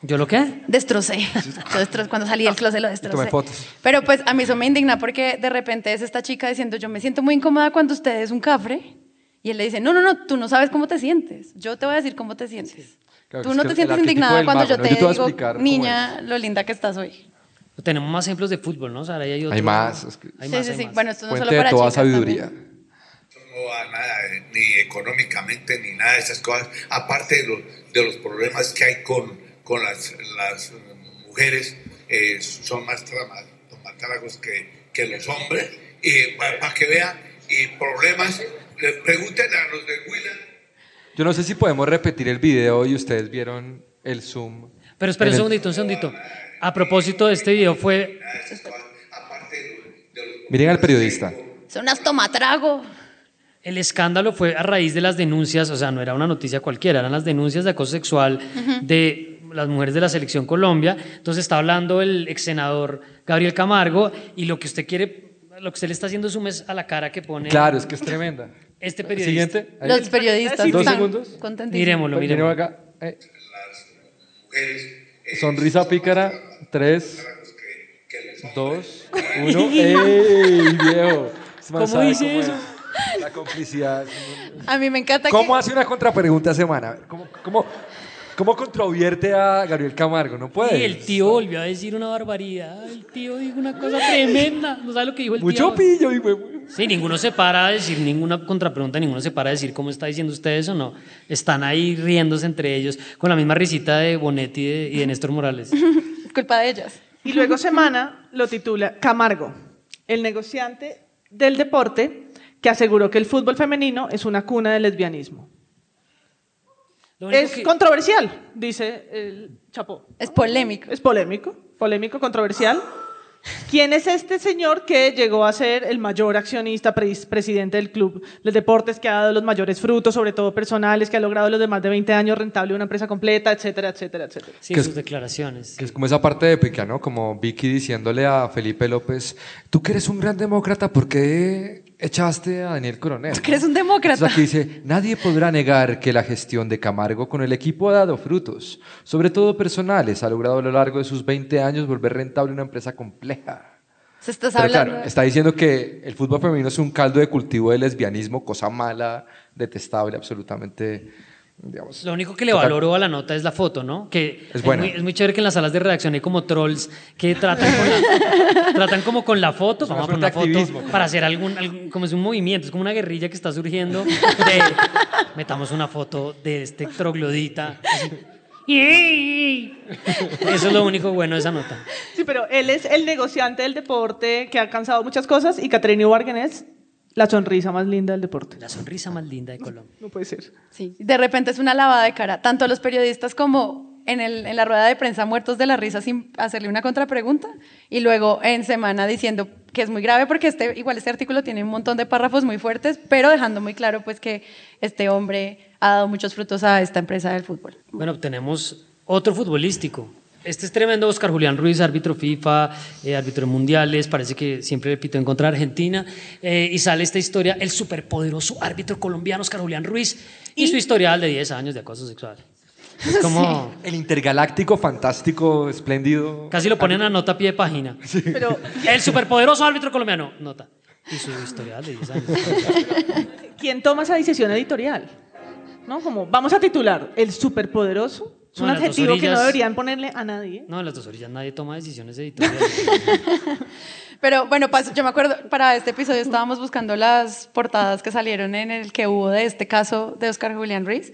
Speaker 1: ¿Yo lo qué?
Speaker 3: Destrocé. Yo destro- cuando salí del closet lo destrocé.
Speaker 1: tomé fotos.
Speaker 3: Pero pues a mí eso me indigna porque de repente es esta chica diciendo yo me siento muy incómoda cuando usted es un cafre. Y él le dice, no, no, no, tú no sabes cómo te sientes. Yo te voy a decir cómo te sientes.
Speaker 1: Claro,
Speaker 3: tú
Speaker 1: es
Speaker 3: no
Speaker 1: que
Speaker 3: te
Speaker 1: el
Speaker 3: sientes
Speaker 1: arquetipo
Speaker 3: indignada
Speaker 1: del
Speaker 3: cuando
Speaker 1: vago,
Speaker 3: yo
Speaker 1: ¿no?
Speaker 3: te
Speaker 1: Yo te voy a explicar
Speaker 3: digo,
Speaker 1: cómo
Speaker 3: niña, lo linda que estás hoy.
Speaker 1: Tenemos más ejemplos de fútbol, ¿no? Sara, Y hay, otro-
Speaker 2: Hay más, es que-
Speaker 1: Hay
Speaker 3: Sí,
Speaker 1: más,
Speaker 3: sí,
Speaker 1: hay
Speaker 3: sí.
Speaker 1: más.
Speaker 3: Bueno, esto no es
Speaker 2: Fuente
Speaker 3: solo para
Speaker 2: de toda
Speaker 3: chicas
Speaker 2: sabiduría.
Speaker 17: no a nada, eh, ni económicamente, ni nada de esas cosas, aparte de, lo- de los problemas que hay con, con las, las, eh, mujeres, eh, son más trama- tragos que, que los hombres, y para, que vean, y problemas, le pregunten a los de Huila.
Speaker 2: Yo no sé si podemos repetir el video y ustedes vieron el Zoom.
Speaker 1: Pero espera
Speaker 2: En
Speaker 1: un
Speaker 2: el-
Speaker 1: segundito, un segundito. A propósito de este video fue...
Speaker 2: Miren al periodista.
Speaker 3: Son unas tomatrago.
Speaker 1: El escándalo fue a raíz de las denuncias, o sea, no era una noticia cualquiera, eran las denuncias de acoso sexual
Speaker 3: Ujú.
Speaker 1: de las mujeres de la selección Colombia. Entonces está hablando el ex senador Gabriel Camargo y lo que usted quiere, lo que usted le está haciendo zoom es a la cara que pone.
Speaker 2: Claro, es que es tremenda.
Speaker 1: Este periodista.
Speaker 2: Siguiente. Ahí.
Speaker 3: Los periodistas
Speaker 2: Dos
Speaker 3: están
Speaker 2: segundos.
Speaker 3: contentísimos.
Speaker 1: Miremoslo,
Speaker 2: Miren
Speaker 1: miremoslo.
Speaker 2: acá. eh. Sonrisa pícara. Tres, dos, uno. ¡Ey, viejo! Este man
Speaker 1: ¿Cómo
Speaker 2: sabe
Speaker 1: dice
Speaker 2: cómo
Speaker 1: eso?
Speaker 2: es. La complicidad.
Speaker 3: A mí me encanta que...
Speaker 2: ¿Cómo hace una contrapregunta semana? A ver, ¿Cómo, cómo, cómo controvierte a Gabriel Camargo? No puede.
Speaker 1: Y el tío volvió a decir una barbaridad. El tío dijo una cosa tremenda. No sabe lo que dijo el
Speaker 2: Mucho
Speaker 1: tío.
Speaker 2: pillo, hijo de
Speaker 1: Sí, ninguno se para a decir ninguna contrapregunta, ninguno se para a decir cómo está diciendo ustedes o no. Están ahí riéndose entre ellos con la misma risita de Bonetti y de, y de Néstor Morales.
Speaker 3: Es culpa de ellas.
Speaker 4: Y luego Semana lo titula Camargo, el negociante del deporte que aseguró que el fútbol femenino es una cuna del lesbianismo. Es controversial, dice el Chapo.
Speaker 3: Es polémico.
Speaker 4: Es polémico, polémico, controversial. ¿Quién es este señor que llegó a ser el mayor accionista, pres- presidente del club de deportes, que ha dado los mayores frutos, sobre todo personales, que ha logrado los de más de 20 años rentable una empresa completa, etcétera, etcétera, etcétera?
Speaker 1: Sí,
Speaker 2: Que es-
Speaker 1: sus declaraciones.
Speaker 2: Que es como esa parte épica, ¿no? Como Vicky diciéndole a Felipe López, tú que eres un gran demócrata, ¿por qué echaste a Daniel Coronel? Tú
Speaker 3: que eres un demócrata.
Speaker 2: Entonces aquí dice, nadie podrá negar que la gestión de Camargo con el equipo ha dado frutos, sobre todo personales, ha logrado a lo largo de sus 20 años volver rentable una empresa compleja.
Speaker 3: Se estás
Speaker 2: Pero
Speaker 3: Pues hablando...
Speaker 2: claro, está diciendo que el fútbol femenino es un caldo de cultivo de lesbianismo, cosa mala, detestable, absolutamente, digamos.
Speaker 1: Lo único que le
Speaker 2: total-
Speaker 1: valoro a la nota es la foto, ¿no? Que
Speaker 2: Es buena.
Speaker 1: muy, muy chévere que en las salas de redacción hay como trolls que tratan, con la- tratan como con la foto, vamos a poner
Speaker 2: suerte
Speaker 1: una
Speaker 2: de
Speaker 1: foto
Speaker 2: activismo.
Speaker 1: para hacer algún, algún- como es un movimiento, es como una guerrilla que está surgiendo. de- metamos una foto de este troglodita. así. Eso es lo único bueno de esa nota.
Speaker 4: Sí, pero él es el negociante del deporte que ha alcanzado muchas cosas y Catherine Ibargen es la sonrisa más linda del deporte.
Speaker 1: La sonrisa más linda de Colombia.
Speaker 4: No puede ser.
Speaker 3: Sí, de repente es una lavada de cara, tanto a los periodistas como en, el- en la rueda de prensa muertos de la risa sin hacerle una contrapregunta y luego en semana diciendo que es muy grave porque este, igual este artículo tiene un montón de párrafos muy fuertes, pero dejando muy claro pues que este hombre ha dado muchos frutos a esta empresa del fútbol.
Speaker 1: Bueno, tenemos otro futbolístico. Este es tremendo, Oscar Julián Ruiz, árbitro FIFA, eh, árbitro en mundiales, parece que siempre le pitó en contra de Argentina. eh, y sale esta historia, el superpoderoso árbitro colombiano Oscar Julián Ruiz y, su historial de 10 años de acoso sexual. Es como,
Speaker 2: El intergaláctico, fantástico, espléndido.
Speaker 1: casi lo ponen a nota a pie de página.
Speaker 4: Pero
Speaker 1: El superpoderoso árbitro colombiano, nota. Y su historial de 10 años.
Speaker 4: ¿quién toma esa decisión editorial? ¿No? Como, vamos a titular el superpoderoso. Es
Speaker 1: No,
Speaker 4: un
Speaker 1: las dos
Speaker 4: adjetivo que no
Speaker 1: orillas.
Speaker 4: deberían ponerle a nadie.
Speaker 1: No, en las dos orillas nadie toma decisiones editoriales.
Speaker 3: Pero bueno, pasó- yo me acuerdo, para este episodio estábamos buscando las portadas que salieron en el que hubo de este caso de Oscar Julián Ruiz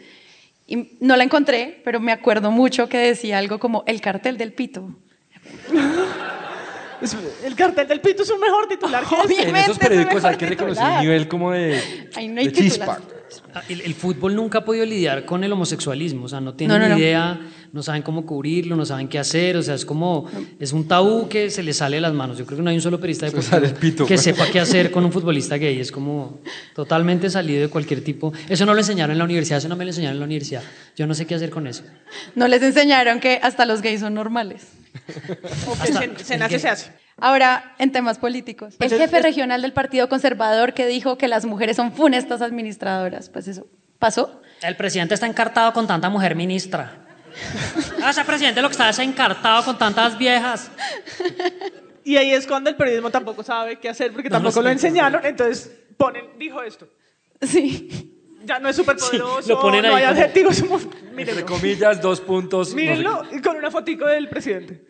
Speaker 3: y no la encontré, pero me acuerdo mucho que decía algo como el cartel del pito.
Speaker 4: Es- El cartel del pito es un mejor titular que este.
Speaker 2: En esos periódicos hay que reconocer un nivel como de,
Speaker 3: Ahí no hay
Speaker 2: de chispa.
Speaker 3: titular.
Speaker 1: Ah, El, el fútbol nunca ha podido lidiar con el homosexualismo, o sea, no tienen
Speaker 3: No, no,
Speaker 1: ni
Speaker 3: no.
Speaker 1: idea, no saben cómo cubrirlo, no saben qué hacer, o sea, es como, es un tabú que se le sale de las manos. Yo creo que no hay un solo periodista deportivo
Speaker 2: sale el pito,
Speaker 1: que
Speaker 2: pues.
Speaker 1: sepa qué hacer con un futbolista gay, es como totalmente salido de cualquier tipo. Eso no lo enseñaron en la universidad, eso no me lo enseñaron en la universidad. Yo no sé qué hacer con eso.
Speaker 3: No les enseñaron que hasta los gays son normales.
Speaker 4: O que se, se nace, se hace.
Speaker 3: Ahora, en temas políticos. El jefe regional del Partido Conservador que dijo que las mujeres son funestas administradoras. Pues eso, ¿pasó?
Speaker 1: El presidente está encartado con tanta mujer ministra. Ah, ese presidente lo que está es encartado con tantas viejas.
Speaker 4: Y ahí es cuando el periodismo tampoco sabe qué hacer porque
Speaker 1: No, no
Speaker 4: tampoco
Speaker 1: sé.
Speaker 4: lo enseñaron, entonces ponen, dijo esto.
Speaker 3: Sí.
Speaker 4: Ya no es superpoderoso,
Speaker 2: lo ponen
Speaker 4: no
Speaker 2: ahí
Speaker 4: hay
Speaker 2: como-
Speaker 4: adjetivos. como-
Speaker 2: Entre
Speaker 4: Mírenlo.
Speaker 2: comillas, dos puntos. no sé
Speaker 4: Mírenlo y con una fotico del presidente.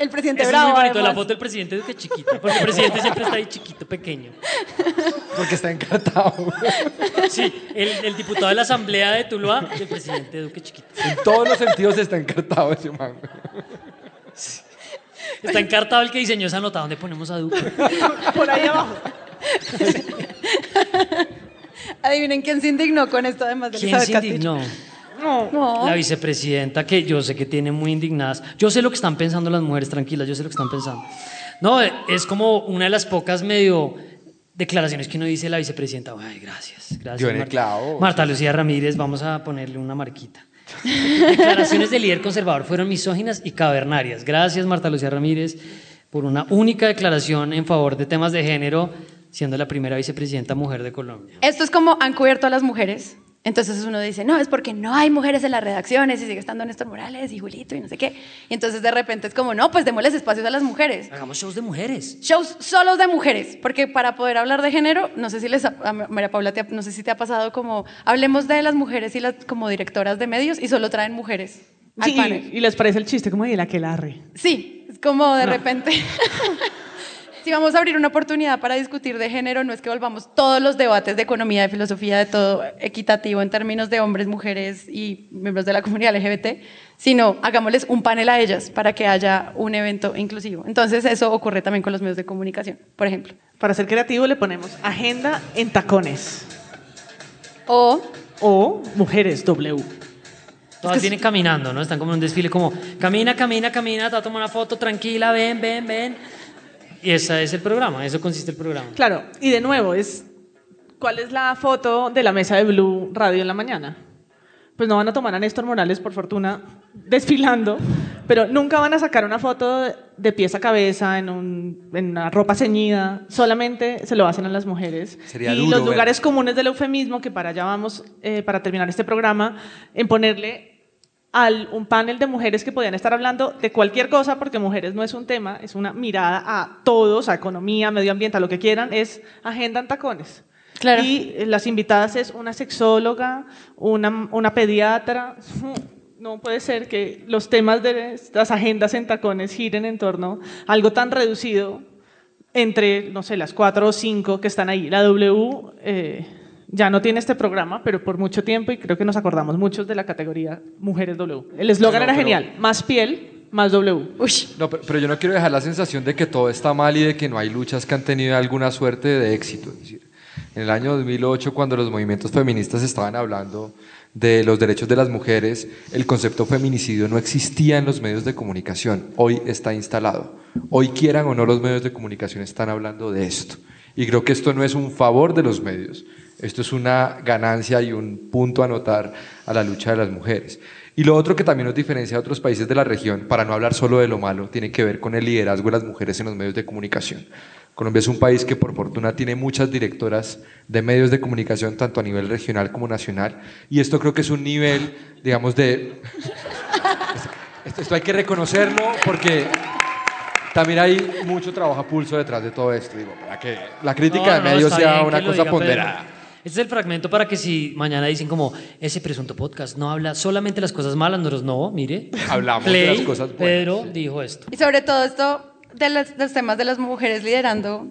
Speaker 3: el presidente
Speaker 1: Eso
Speaker 4: bravo,
Speaker 1: es muy bonito, la
Speaker 4: además.
Speaker 1: foto del presidente es que chiquita, porque el presidente siempre está ahí chiquito, pequeño.
Speaker 2: Porque está encantado.
Speaker 1: Sí, el, el diputado de la Asamblea de Tuluá y el presidente Duque chiquito.
Speaker 2: En todos los sentidos está encantado ese man.
Speaker 1: Está encartado el que diseñó esa nota, ¿dónde ponemos a Duque?
Speaker 4: Por ahí abajo.
Speaker 3: Adivinen quién se indignó con esto, además de
Speaker 1: ¿Quién
Speaker 3: Elizabeth
Speaker 1: se
Speaker 3: Castillo.
Speaker 1: indignó?
Speaker 3: No.
Speaker 1: La vicepresidenta, que yo sé que tiene muy indignadas. Yo sé lo que están pensando las mujeres, tranquilas, yo sé lo que están pensando. No, eh, es como una de las pocas medio declaraciones que uno dice la vicepresidenta. Ay, gracias, gracias.
Speaker 2: Yo en el
Speaker 1: Marta.
Speaker 2: clavo.
Speaker 1: Marta Lucía Ramírez, vamos a ponerle una marquita. declaraciones del líder conservador fueron misóginas y cavernarias. Gracias, Marta Lucía Ramírez, por una única declaración en favor de temas de género, siendo la primera vicepresidenta mujer de Colombia.
Speaker 3: Esto es como han cubierto a las mujeres. Entonces uno dice, no, es porque no hay mujeres en las redacciones y sigue estando Néstor Morales y Julito y no sé qué. Y entonces de repente es como, no, pues démosles espacios a las mujeres.
Speaker 1: Hagamos shows de mujeres.
Speaker 3: Shows solos de mujeres, porque para poder hablar de género, no sé si les, ha- a María Paula, te ha- no sé si te ha pasado como, hablemos de las mujeres y las como directoras de medios y solo traen mujeres al
Speaker 4: Sí,
Speaker 3: panel.
Speaker 4: y, y les parece el chiste como de la que la re.
Speaker 3: Sí, es como de
Speaker 4: No.
Speaker 3: repente. si vamos a abrir una oportunidad para discutir de género, no es que volvamos todos los debates de economía, de filosofía, de todo equitativo en términos de hombres, mujeres y miembros de la comunidad LGBT, sino hagámosles un panel a ellas para que haya un evento inclusivo. Entonces, eso ocurre también con los medios de comunicación, por ejemplo.
Speaker 4: Para ser creativo le ponemos agenda en tacones.
Speaker 3: O.
Speaker 4: O mujeres W.
Speaker 1: Todas vienen caminando, ¿no? Están como en un desfile, como camina, camina, camina, te va a tomar una foto, tranquila, ven, ven, ven. Y ese es el programa, eso consiste el programa.
Speaker 4: Claro, y de nuevo, es ¿cuál es la foto de la mesa de Blue Radio en la mañana? Pues no van a tomar a Néstor Morales, por fortuna, desfilando, pero nunca van a sacar una foto de pies a cabeza en, un- en una ropa ceñida, solamente se lo hacen a las mujeres.
Speaker 2: Sería
Speaker 4: y
Speaker 2: duro
Speaker 4: los
Speaker 2: ver.
Speaker 4: lugares comunes del eufemismo, que para allá vamos, eh, para terminar este programa, en ponerle al un panel de mujeres que podían estar hablando de cualquier cosa, porque mujeres no es un tema, es una mirada a todos, a economía, medio ambiente, a lo que quieran, es agenda en tacones.
Speaker 3: Claro.
Speaker 4: Y eh, las invitadas es una sexóloga, una, una pediatra. No puede ser que los temas de las agendas en tacones giren en torno a algo tan reducido entre, no sé, las cuatro o cinco que están ahí. La W eh, ya no tiene este programa, pero por mucho tiempo, y creo que nos acordamos muchos de la categoría Mujeres W. El eslogan
Speaker 2: No,
Speaker 4: era
Speaker 2: pero-
Speaker 4: genial, más piel, más W.
Speaker 2: No, pero, pero yo no quiero dejar la sensación de que todo está mal y de que no hay luchas que han tenido alguna suerte de éxito. Es decir, en el año 2008, cuando los movimientos feministas estaban hablando de los derechos de las mujeres, el concepto feminicidio no existía en los medios de comunicación. Hoy está instalado. Hoy quieran o no los medios de comunicación están hablando de esto. Y creo que esto no es un favor de los medios. Esto es una ganancia y un punto a anotar a la lucha de las mujeres. Y lo otro que también nos diferencia de otros países de la región, para no hablar solo de lo malo, tiene que ver con el liderazgo de las mujeres en los medios de comunicación. Colombia es un país que por fortuna tiene muchas directoras de medios de comunicación, tanto a nivel regional como nacional, y esto creo que es un nivel, digamos, de... Esto, esto hay que reconocerlo porque también hay mucho trabajo a pulso detrás de todo esto, digo, para que la crítica
Speaker 1: No,
Speaker 2: de
Speaker 1: no, no,
Speaker 2: medios
Speaker 1: está
Speaker 2: sea
Speaker 1: bien
Speaker 2: una
Speaker 1: que lo
Speaker 2: cosa
Speaker 1: diga,
Speaker 2: ponderada.
Speaker 1: Pedro. Este es el fragmento para que si mañana dicen como, ese presunto podcast no habla solamente las cosas malas, nosotros no, mire.
Speaker 2: Hablamos de
Speaker 1: Play,
Speaker 2: las cosas buenas,
Speaker 1: Pedro dijo esto.
Speaker 3: Y sobre todo esto de los, de los temas de las mujeres liderando,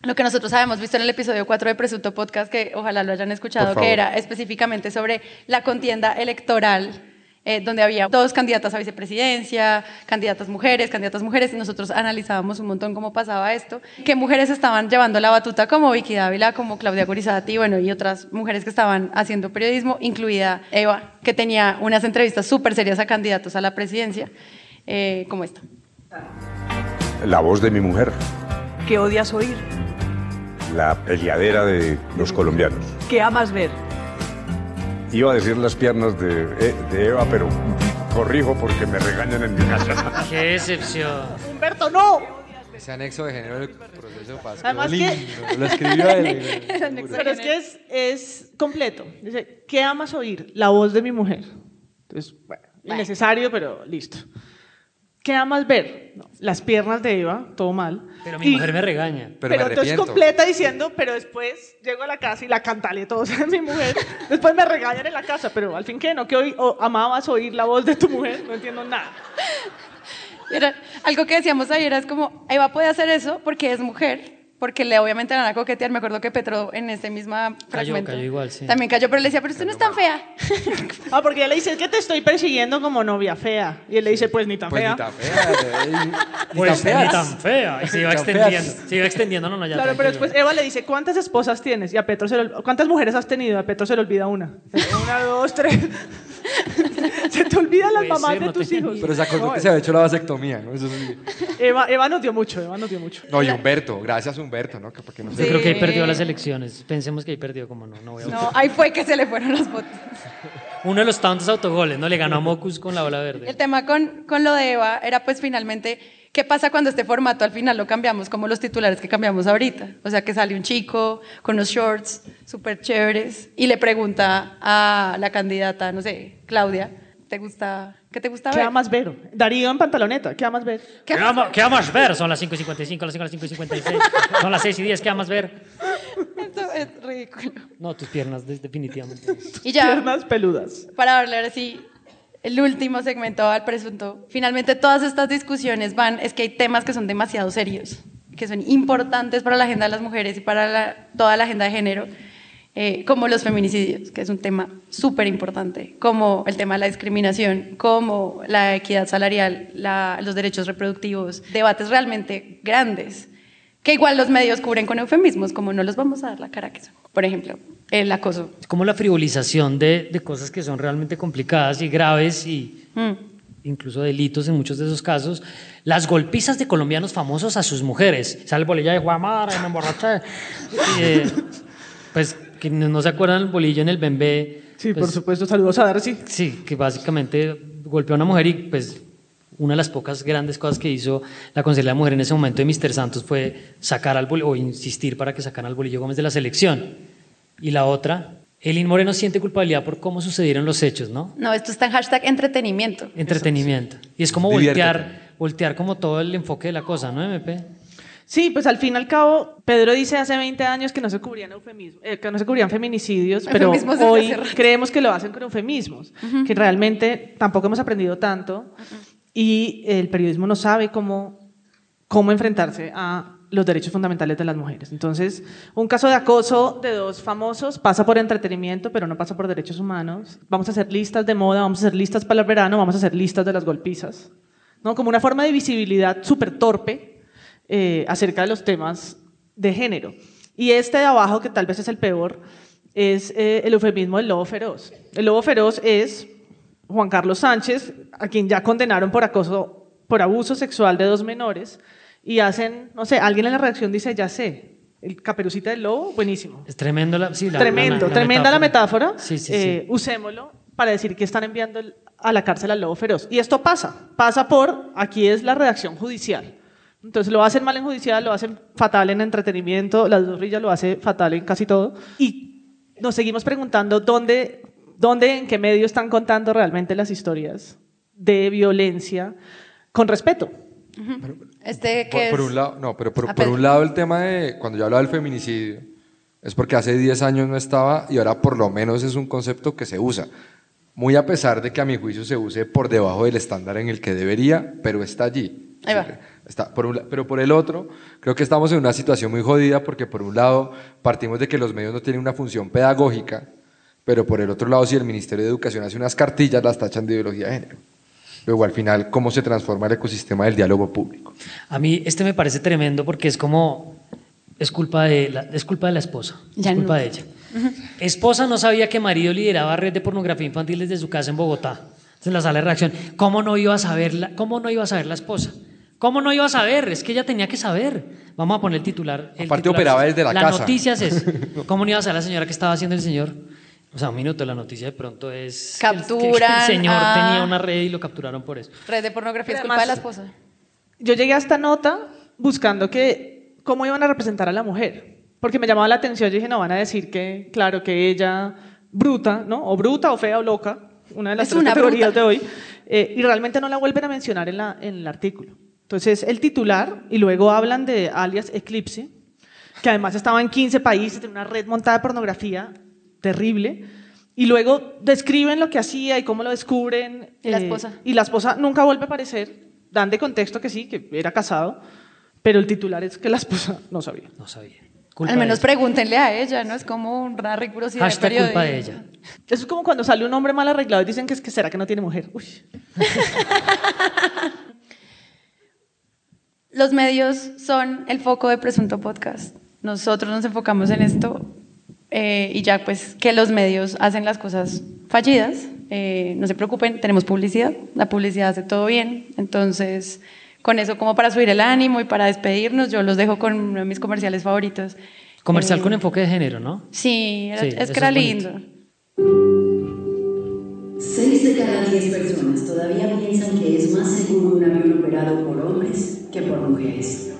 Speaker 3: lo que nosotros habíamos visto en el episodio 4 de Presunto Podcast, que ojalá lo hayan escuchado,
Speaker 20: Por favor.
Speaker 3: que era específicamente sobre la contienda electoral eh, donde había dos candidatas a vicepresidencia, candidatas mujeres, candidatas mujeres, y nosotros analizábamos un montón cómo pasaba esto, qué mujeres estaban llevando la batuta como Vicky Dávila, como Claudia Gurizati, bueno, y otras mujeres que estaban haciendo periodismo, incluida Eva, que tenía unas entrevistas súper serias a candidatos a la presidencia, eh, como esta.
Speaker 6: La voz de mi mujer,
Speaker 20: que odias oír,
Speaker 6: la peleadera de los colombianos.
Speaker 20: que amas ver.
Speaker 6: Iba a decir las piernas de, eh, de Eva, pero corrijo porque me regañan en mi casa.
Speaker 1: ¡Qué decepción!
Speaker 4: Humberto, no.
Speaker 2: Ese anexo de género del proceso de paz. quedó
Speaker 4: Además
Speaker 2: lindo,
Speaker 4: que...
Speaker 2: Lo escribió él.
Speaker 4: Pero es que es, es completo. Dice, ¿qué amas oír? La voz de mi mujer. Entonces, bueno, innecesario, pero listo. ¿Qué amas ver? No, las piernas de Eva, todo mal.
Speaker 1: Pero mi mujer me regaña. Pero
Speaker 4: Pero,
Speaker 1: me
Speaker 4: entonces
Speaker 1: arrepiento.
Speaker 4: completa diciendo, pero después llego a la casa y la cantalé todos a mi mujer. Después me regañan en la casa, pero al fin que no, que hoy amabas oír la voz de tu mujer, no entiendo nada.
Speaker 3: Era- algo que decíamos ayer es como, Eva puede hacer eso porque es mujer, porque le obviamente la van a coquetear. Me acuerdo que Petro en este mismo
Speaker 1: Cayó,
Speaker 3: fragmento
Speaker 1: cayó igual, sí.
Speaker 3: también cayó, pero le decía, pero usted no es tan fea.
Speaker 4: Ah, porque ella le dice, es que te estoy persiguiendo como novia fea. Y él le dice, pues ni tan
Speaker 2: Pues
Speaker 4: fea.
Speaker 2: ni tan fea. eh, ni
Speaker 1: Pues
Speaker 2: tan
Speaker 1: ni
Speaker 2: feas.
Speaker 1: tan fea. Y se iba
Speaker 2: Ni tan
Speaker 1: extendiendo.
Speaker 2: feas.
Speaker 1: Se iba extendiendo, no, no, ya.
Speaker 4: Claro, pero
Speaker 1: tranquilo.
Speaker 4: después Eva le dice, ¿cuántas esposas tienes? Y a Petro se le ol- ¿Cuántas mujeres has tenido? A Petro se le olvida una. Una, dos, tres. se te olvidan las
Speaker 2: Puede
Speaker 4: mamás
Speaker 2: ser,
Speaker 4: de
Speaker 2: no
Speaker 4: tus
Speaker 2: tenía
Speaker 4: hijos.
Speaker 2: ni- Pero se acordó
Speaker 4: No,
Speaker 2: que se había hecho la vasectomía, ¿no? Eso sí.
Speaker 4: Eva, Eva nos dio mucho, Eva nos dio mucho.
Speaker 2: No, y Humberto, gracias Humberto, ¿no? Que porque no
Speaker 1: Yo creo
Speaker 4: eh,
Speaker 1: que ahí perdió las elecciones. Pensemos que ahí perdió, como no, no voy a
Speaker 3: No, ahí fue que se le fueron los votos.
Speaker 1: Uno de los tantos autogoles, ¿no? Le ganó a Mocus con la bola verde.
Speaker 3: El tema con, con lo de Eva era pues finalmente, ¿qué pasa cuando este formato al final lo cambiamos como los titulares que cambiamos ahorita? O sea, que sale un chico con unos shorts súper chéveres y le pregunta a la candidata, no sé, Claudia, ¿te gusta, ¿qué te gusta
Speaker 4: ¿Qué
Speaker 3: ver?
Speaker 4: amas ver? Darío en pantaloneta, ¿qué amas ver?
Speaker 1: ¿Qué, ama- qué amas ver? Son las 5 y 55, las 5 y 56. Son las 6 y 10. ¿Qué amas ver?
Speaker 3: Esto es ridículo.
Speaker 1: No, tus piernas, de- definitivamente.
Speaker 3: Y ya.
Speaker 4: Piernas peludas.
Speaker 3: para hablar así el último segmento al presunto. Finalmente todas estas discusiones van, es que hay temas que son demasiado serios, que son importantes para la agenda de las mujeres y para la- toda la agenda de género, eh, como los feminicidios, que es un tema súper importante, como el tema de la discriminación, como la equidad salarial, la- los derechos reproductivos, debates realmente grandes, que igual los medios cubren con eufemismos, como no los vamos a dar la cara que son. Por ejemplo, el acoso.
Speaker 1: Es como la frivolización de, de cosas que son realmente complicadas y graves y
Speaker 3: Mm.
Speaker 1: incluso delitos en muchos de esos casos. Las golpizas de colombianos famosos a sus mujeres. Sale el bolilla de Juamara, me emborraché. Y, eh, pues, quienes no se acuerdan, el bolillo en el bembé. Pues,
Speaker 4: Sí, por supuesto, saludos a Darcy.
Speaker 1: Sí, que básicamente golpeó a una mujer y pues una de las pocas grandes cosas que hizo la Consejería de la Mujer en ese momento de Mister Santos fue sacar al bolillo, o insistir para que sacaran al bolillo Gómez de la selección. Y la otra, Elin Moreno siente culpabilidad por cómo sucedieron los hechos, ¿no?
Speaker 3: No, esto está en hashtag entretenimiento.
Speaker 1: Entretenimiento. Y es como
Speaker 2: Diviértete.
Speaker 1: voltear, voltear como todo el enfoque de la cosa, ¿no, MP?
Speaker 4: Sí, pues al fin y al cabo, Pedro dice hace 20 años que no se cubrían eufemismos, eh, que no se cubrían feminicidios, pero
Speaker 3: Eufemismos desde
Speaker 4: hoy
Speaker 3: hace rato.
Speaker 4: creemos que lo hacen con eufemismos, que realmente tampoco hemos aprendido tanto
Speaker 3: Mm,
Speaker 4: y el periodismo no sabe cómo, cómo enfrentarse a los derechos fundamentales de las mujeres. Entonces, un caso de acoso de dos famosos pasa por entretenimiento, pero no pasa por derechos humanos. Vamos a hacer listas de moda, vamos a hacer listas para el verano, vamos a hacer listas de las golpizas. ¿no? Como una forma de visibilidad súper torpe eh, acerca de los temas de género. Y este de abajo, que tal vez es el peor, es eh, el eufemismo del lobo feroz. El lobo feroz es Juan Carlos Sánchez, a quien ya condenaron por acoso, por abuso sexual de dos menores, y hacen, no sé, alguien en la redacción dice, ya sé, el caperucita del lobo, buenísimo.
Speaker 1: Es tremendo la... sí, la- la-
Speaker 4: Tremendo,
Speaker 1: la
Speaker 4: tremenda la metáfora.
Speaker 1: Sí, sí, sí.
Speaker 4: Eh, Usémoslo para decir que están enviando el- a la cárcel al lobo feroz. Y esto pasa, pasa por, aquí es la redacción judicial. Entonces lo hacen mal en judicial, lo hacen fatal en entretenimiento, las dos rillas lo hace fatal en casi todo. Y nos seguimos preguntando dónde, dónde en qué medio están contando realmente las historias de violencia con respeto.
Speaker 3: Este que
Speaker 2: Por,
Speaker 3: es
Speaker 2: por un lado, no, pero por,
Speaker 3: Ah,
Speaker 2: por
Speaker 3: Pedro.
Speaker 2: un lado el tema de cuando yo hablaba del feminicidio es porque hace 10 años no estaba y ahora por lo menos es un concepto que se usa. Muy a pesar de que a mi juicio se use por debajo del estándar en el que debería, pero está allí.
Speaker 3: Ahí va.
Speaker 2: Está por un la- pero por el otro, creo que estamos en una situación muy jodida porque por un lado partimos de que los medios no tienen una función pedagógica Pero por el otro lado, si el Ministerio de Educación hace unas cartillas, las tachan de ideología de género. Luego, al final, cómo se transforma el ecosistema del diálogo público.
Speaker 1: A mí este me parece tremendo porque es como, es culpa de la, es culpa de la esposa,
Speaker 3: Ya
Speaker 1: es culpa
Speaker 3: no.
Speaker 1: de ella. Esposa no sabía que marido lideraba red de pornografía infantil desde su casa en Bogotá. Entonces, en la sala de reacción, ¿cómo no iba a saber la, cómo no iba a saber la esposa? ¿Cómo no iba a saber? Es que ella tenía que saber. Vamos a poner el titular. El
Speaker 2: Aparte
Speaker 1: titular
Speaker 2: operaba
Speaker 1: es-
Speaker 2: desde la casa.
Speaker 1: noticia es esa. ¿Cómo no iba a saber la señora que estaba haciendo el señor? O sea, un minuto, la noticia de pronto es que el- que- que el,
Speaker 3: Capturan ah.
Speaker 1: señor
Speaker 3: a-
Speaker 1: tenía una red y lo capturaron por eso.
Speaker 3: Red de pornografía, es
Speaker 4: Pero
Speaker 3: culpa de la
Speaker 4: además-
Speaker 3: esposa.
Speaker 4: Yo llegué a esta nota buscando que cómo iban a representar a la mujer, porque me llamaba la atención. Yo dije, no, van a decir que, claro, que ella, bruta, ¿no? O bruta o fea o loca, una de
Speaker 3: Es
Speaker 4: las tres
Speaker 3: una
Speaker 4: categorías
Speaker 3: bruta.
Speaker 4: de hoy, eh, y realmente no la vuelven a mencionar en, la- en el artículo. Entonces, el titular, y luego hablan de alias Eclipse, que además estaba en 15 países, tenía una red montada de pornografía terrible, y luego describen lo que hacía y cómo lo descubren.
Speaker 3: Y
Speaker 4: eh,
Speaker 3: la esposa.
Speaker 4: Y la esposa nunca vuelve a aparecer. Dan de contexto que sí, que era casado, pero el titular es que la esposa no sabía.
Speaker 1: No sabía.
Speaker 3: Al menos pregúntenle a ella, ¿no? Es como una rigurosidad de
Speaker 4: Hashtag culpa de
Speaker 3: periodismo.
Speaker 4: ella. Eso es como cuando sale un hombre mal arreglado y dicen que es que será que no tiene mujer. Uy.
Speaker 3: Los medios son el foco de Presunto Podcast. Nosotros nos enfocamos en esto eh, y ya pues que los medios hacen las cosas fallidas. Eh, no se preocupen, tenemos publicidad. La publicidad hace todo bien. Entonces, con eso como para subir el ánimo y para despedirnos, yo los dejo con uno de mis comerciales favoritos.
Speaker 1: Comercial
Speaker 3: Eh,
Speaker 1: con enfoque de género, ¿no?
Speaker 3: Sí, era-
Speaker 1: Sí,
Speaker 3: es
Speaker 1: eso
Speaker 3: que era
Speaker 1: es bonito.
Speaker 3: lindo.
Speaker 14: Seis de cada diez personas todavía piensan que es más seguro un avión operado por hombres que por mujeres.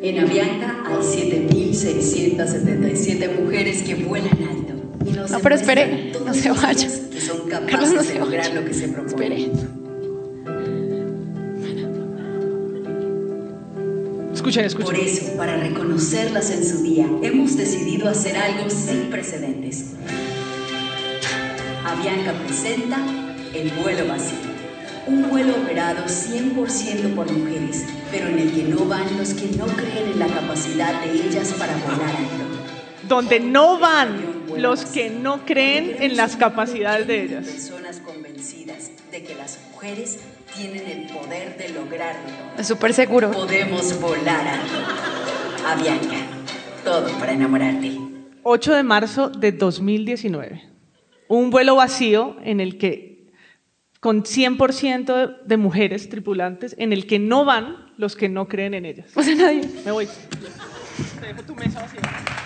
Speaker 14: En Avianca hay 7.677 mujeres que vuelan alto. Y nos
Speaker 3: No, pero espere,
Speaker 14: demuestran todos
Speaker 3: no se
Speaker 14: los
Speaker 3: vaya.
Speaker 14: días Que son capaces
Speaker 3: Carlos, no
Speaker 14: de
Speaker 3: se
Speaker 14: lograr
Speaker 3: vaya.
Speaker 14: lo que se proponen.
Speaker 3: Espere.
Speaker 4: Escuchen, escuchen.
Speaker 14: Por eso, para reconocerlas en su día, hemos decidido hacer algo sin precedentes. Avianca presenta el vuelo vacío. Un vuelo operado 100% por mujeres, pero en el que no van los que no creen en la capacidad de ellas para volar alto.
Speaker 4: Donde no van los que no creen en las capacidades de ellas.
Speaker 14: Personas convencidas de que las mujeres tienen el poder de lograrlo.
Speaker 3: Es súper seguro.
Speaker 14: Podemos volar alto. Avianca, todo para enamorarte.
Speaker 4: 8 de marzo de 2019. Un vuelo vacío en el que, con 100% de- de mujeres tripulantes, en el que no van los que no creen en ellas.
Speaker 3: O sea, nadie.
Speaker 4: Me voy. Te dejo tu mesa vacía.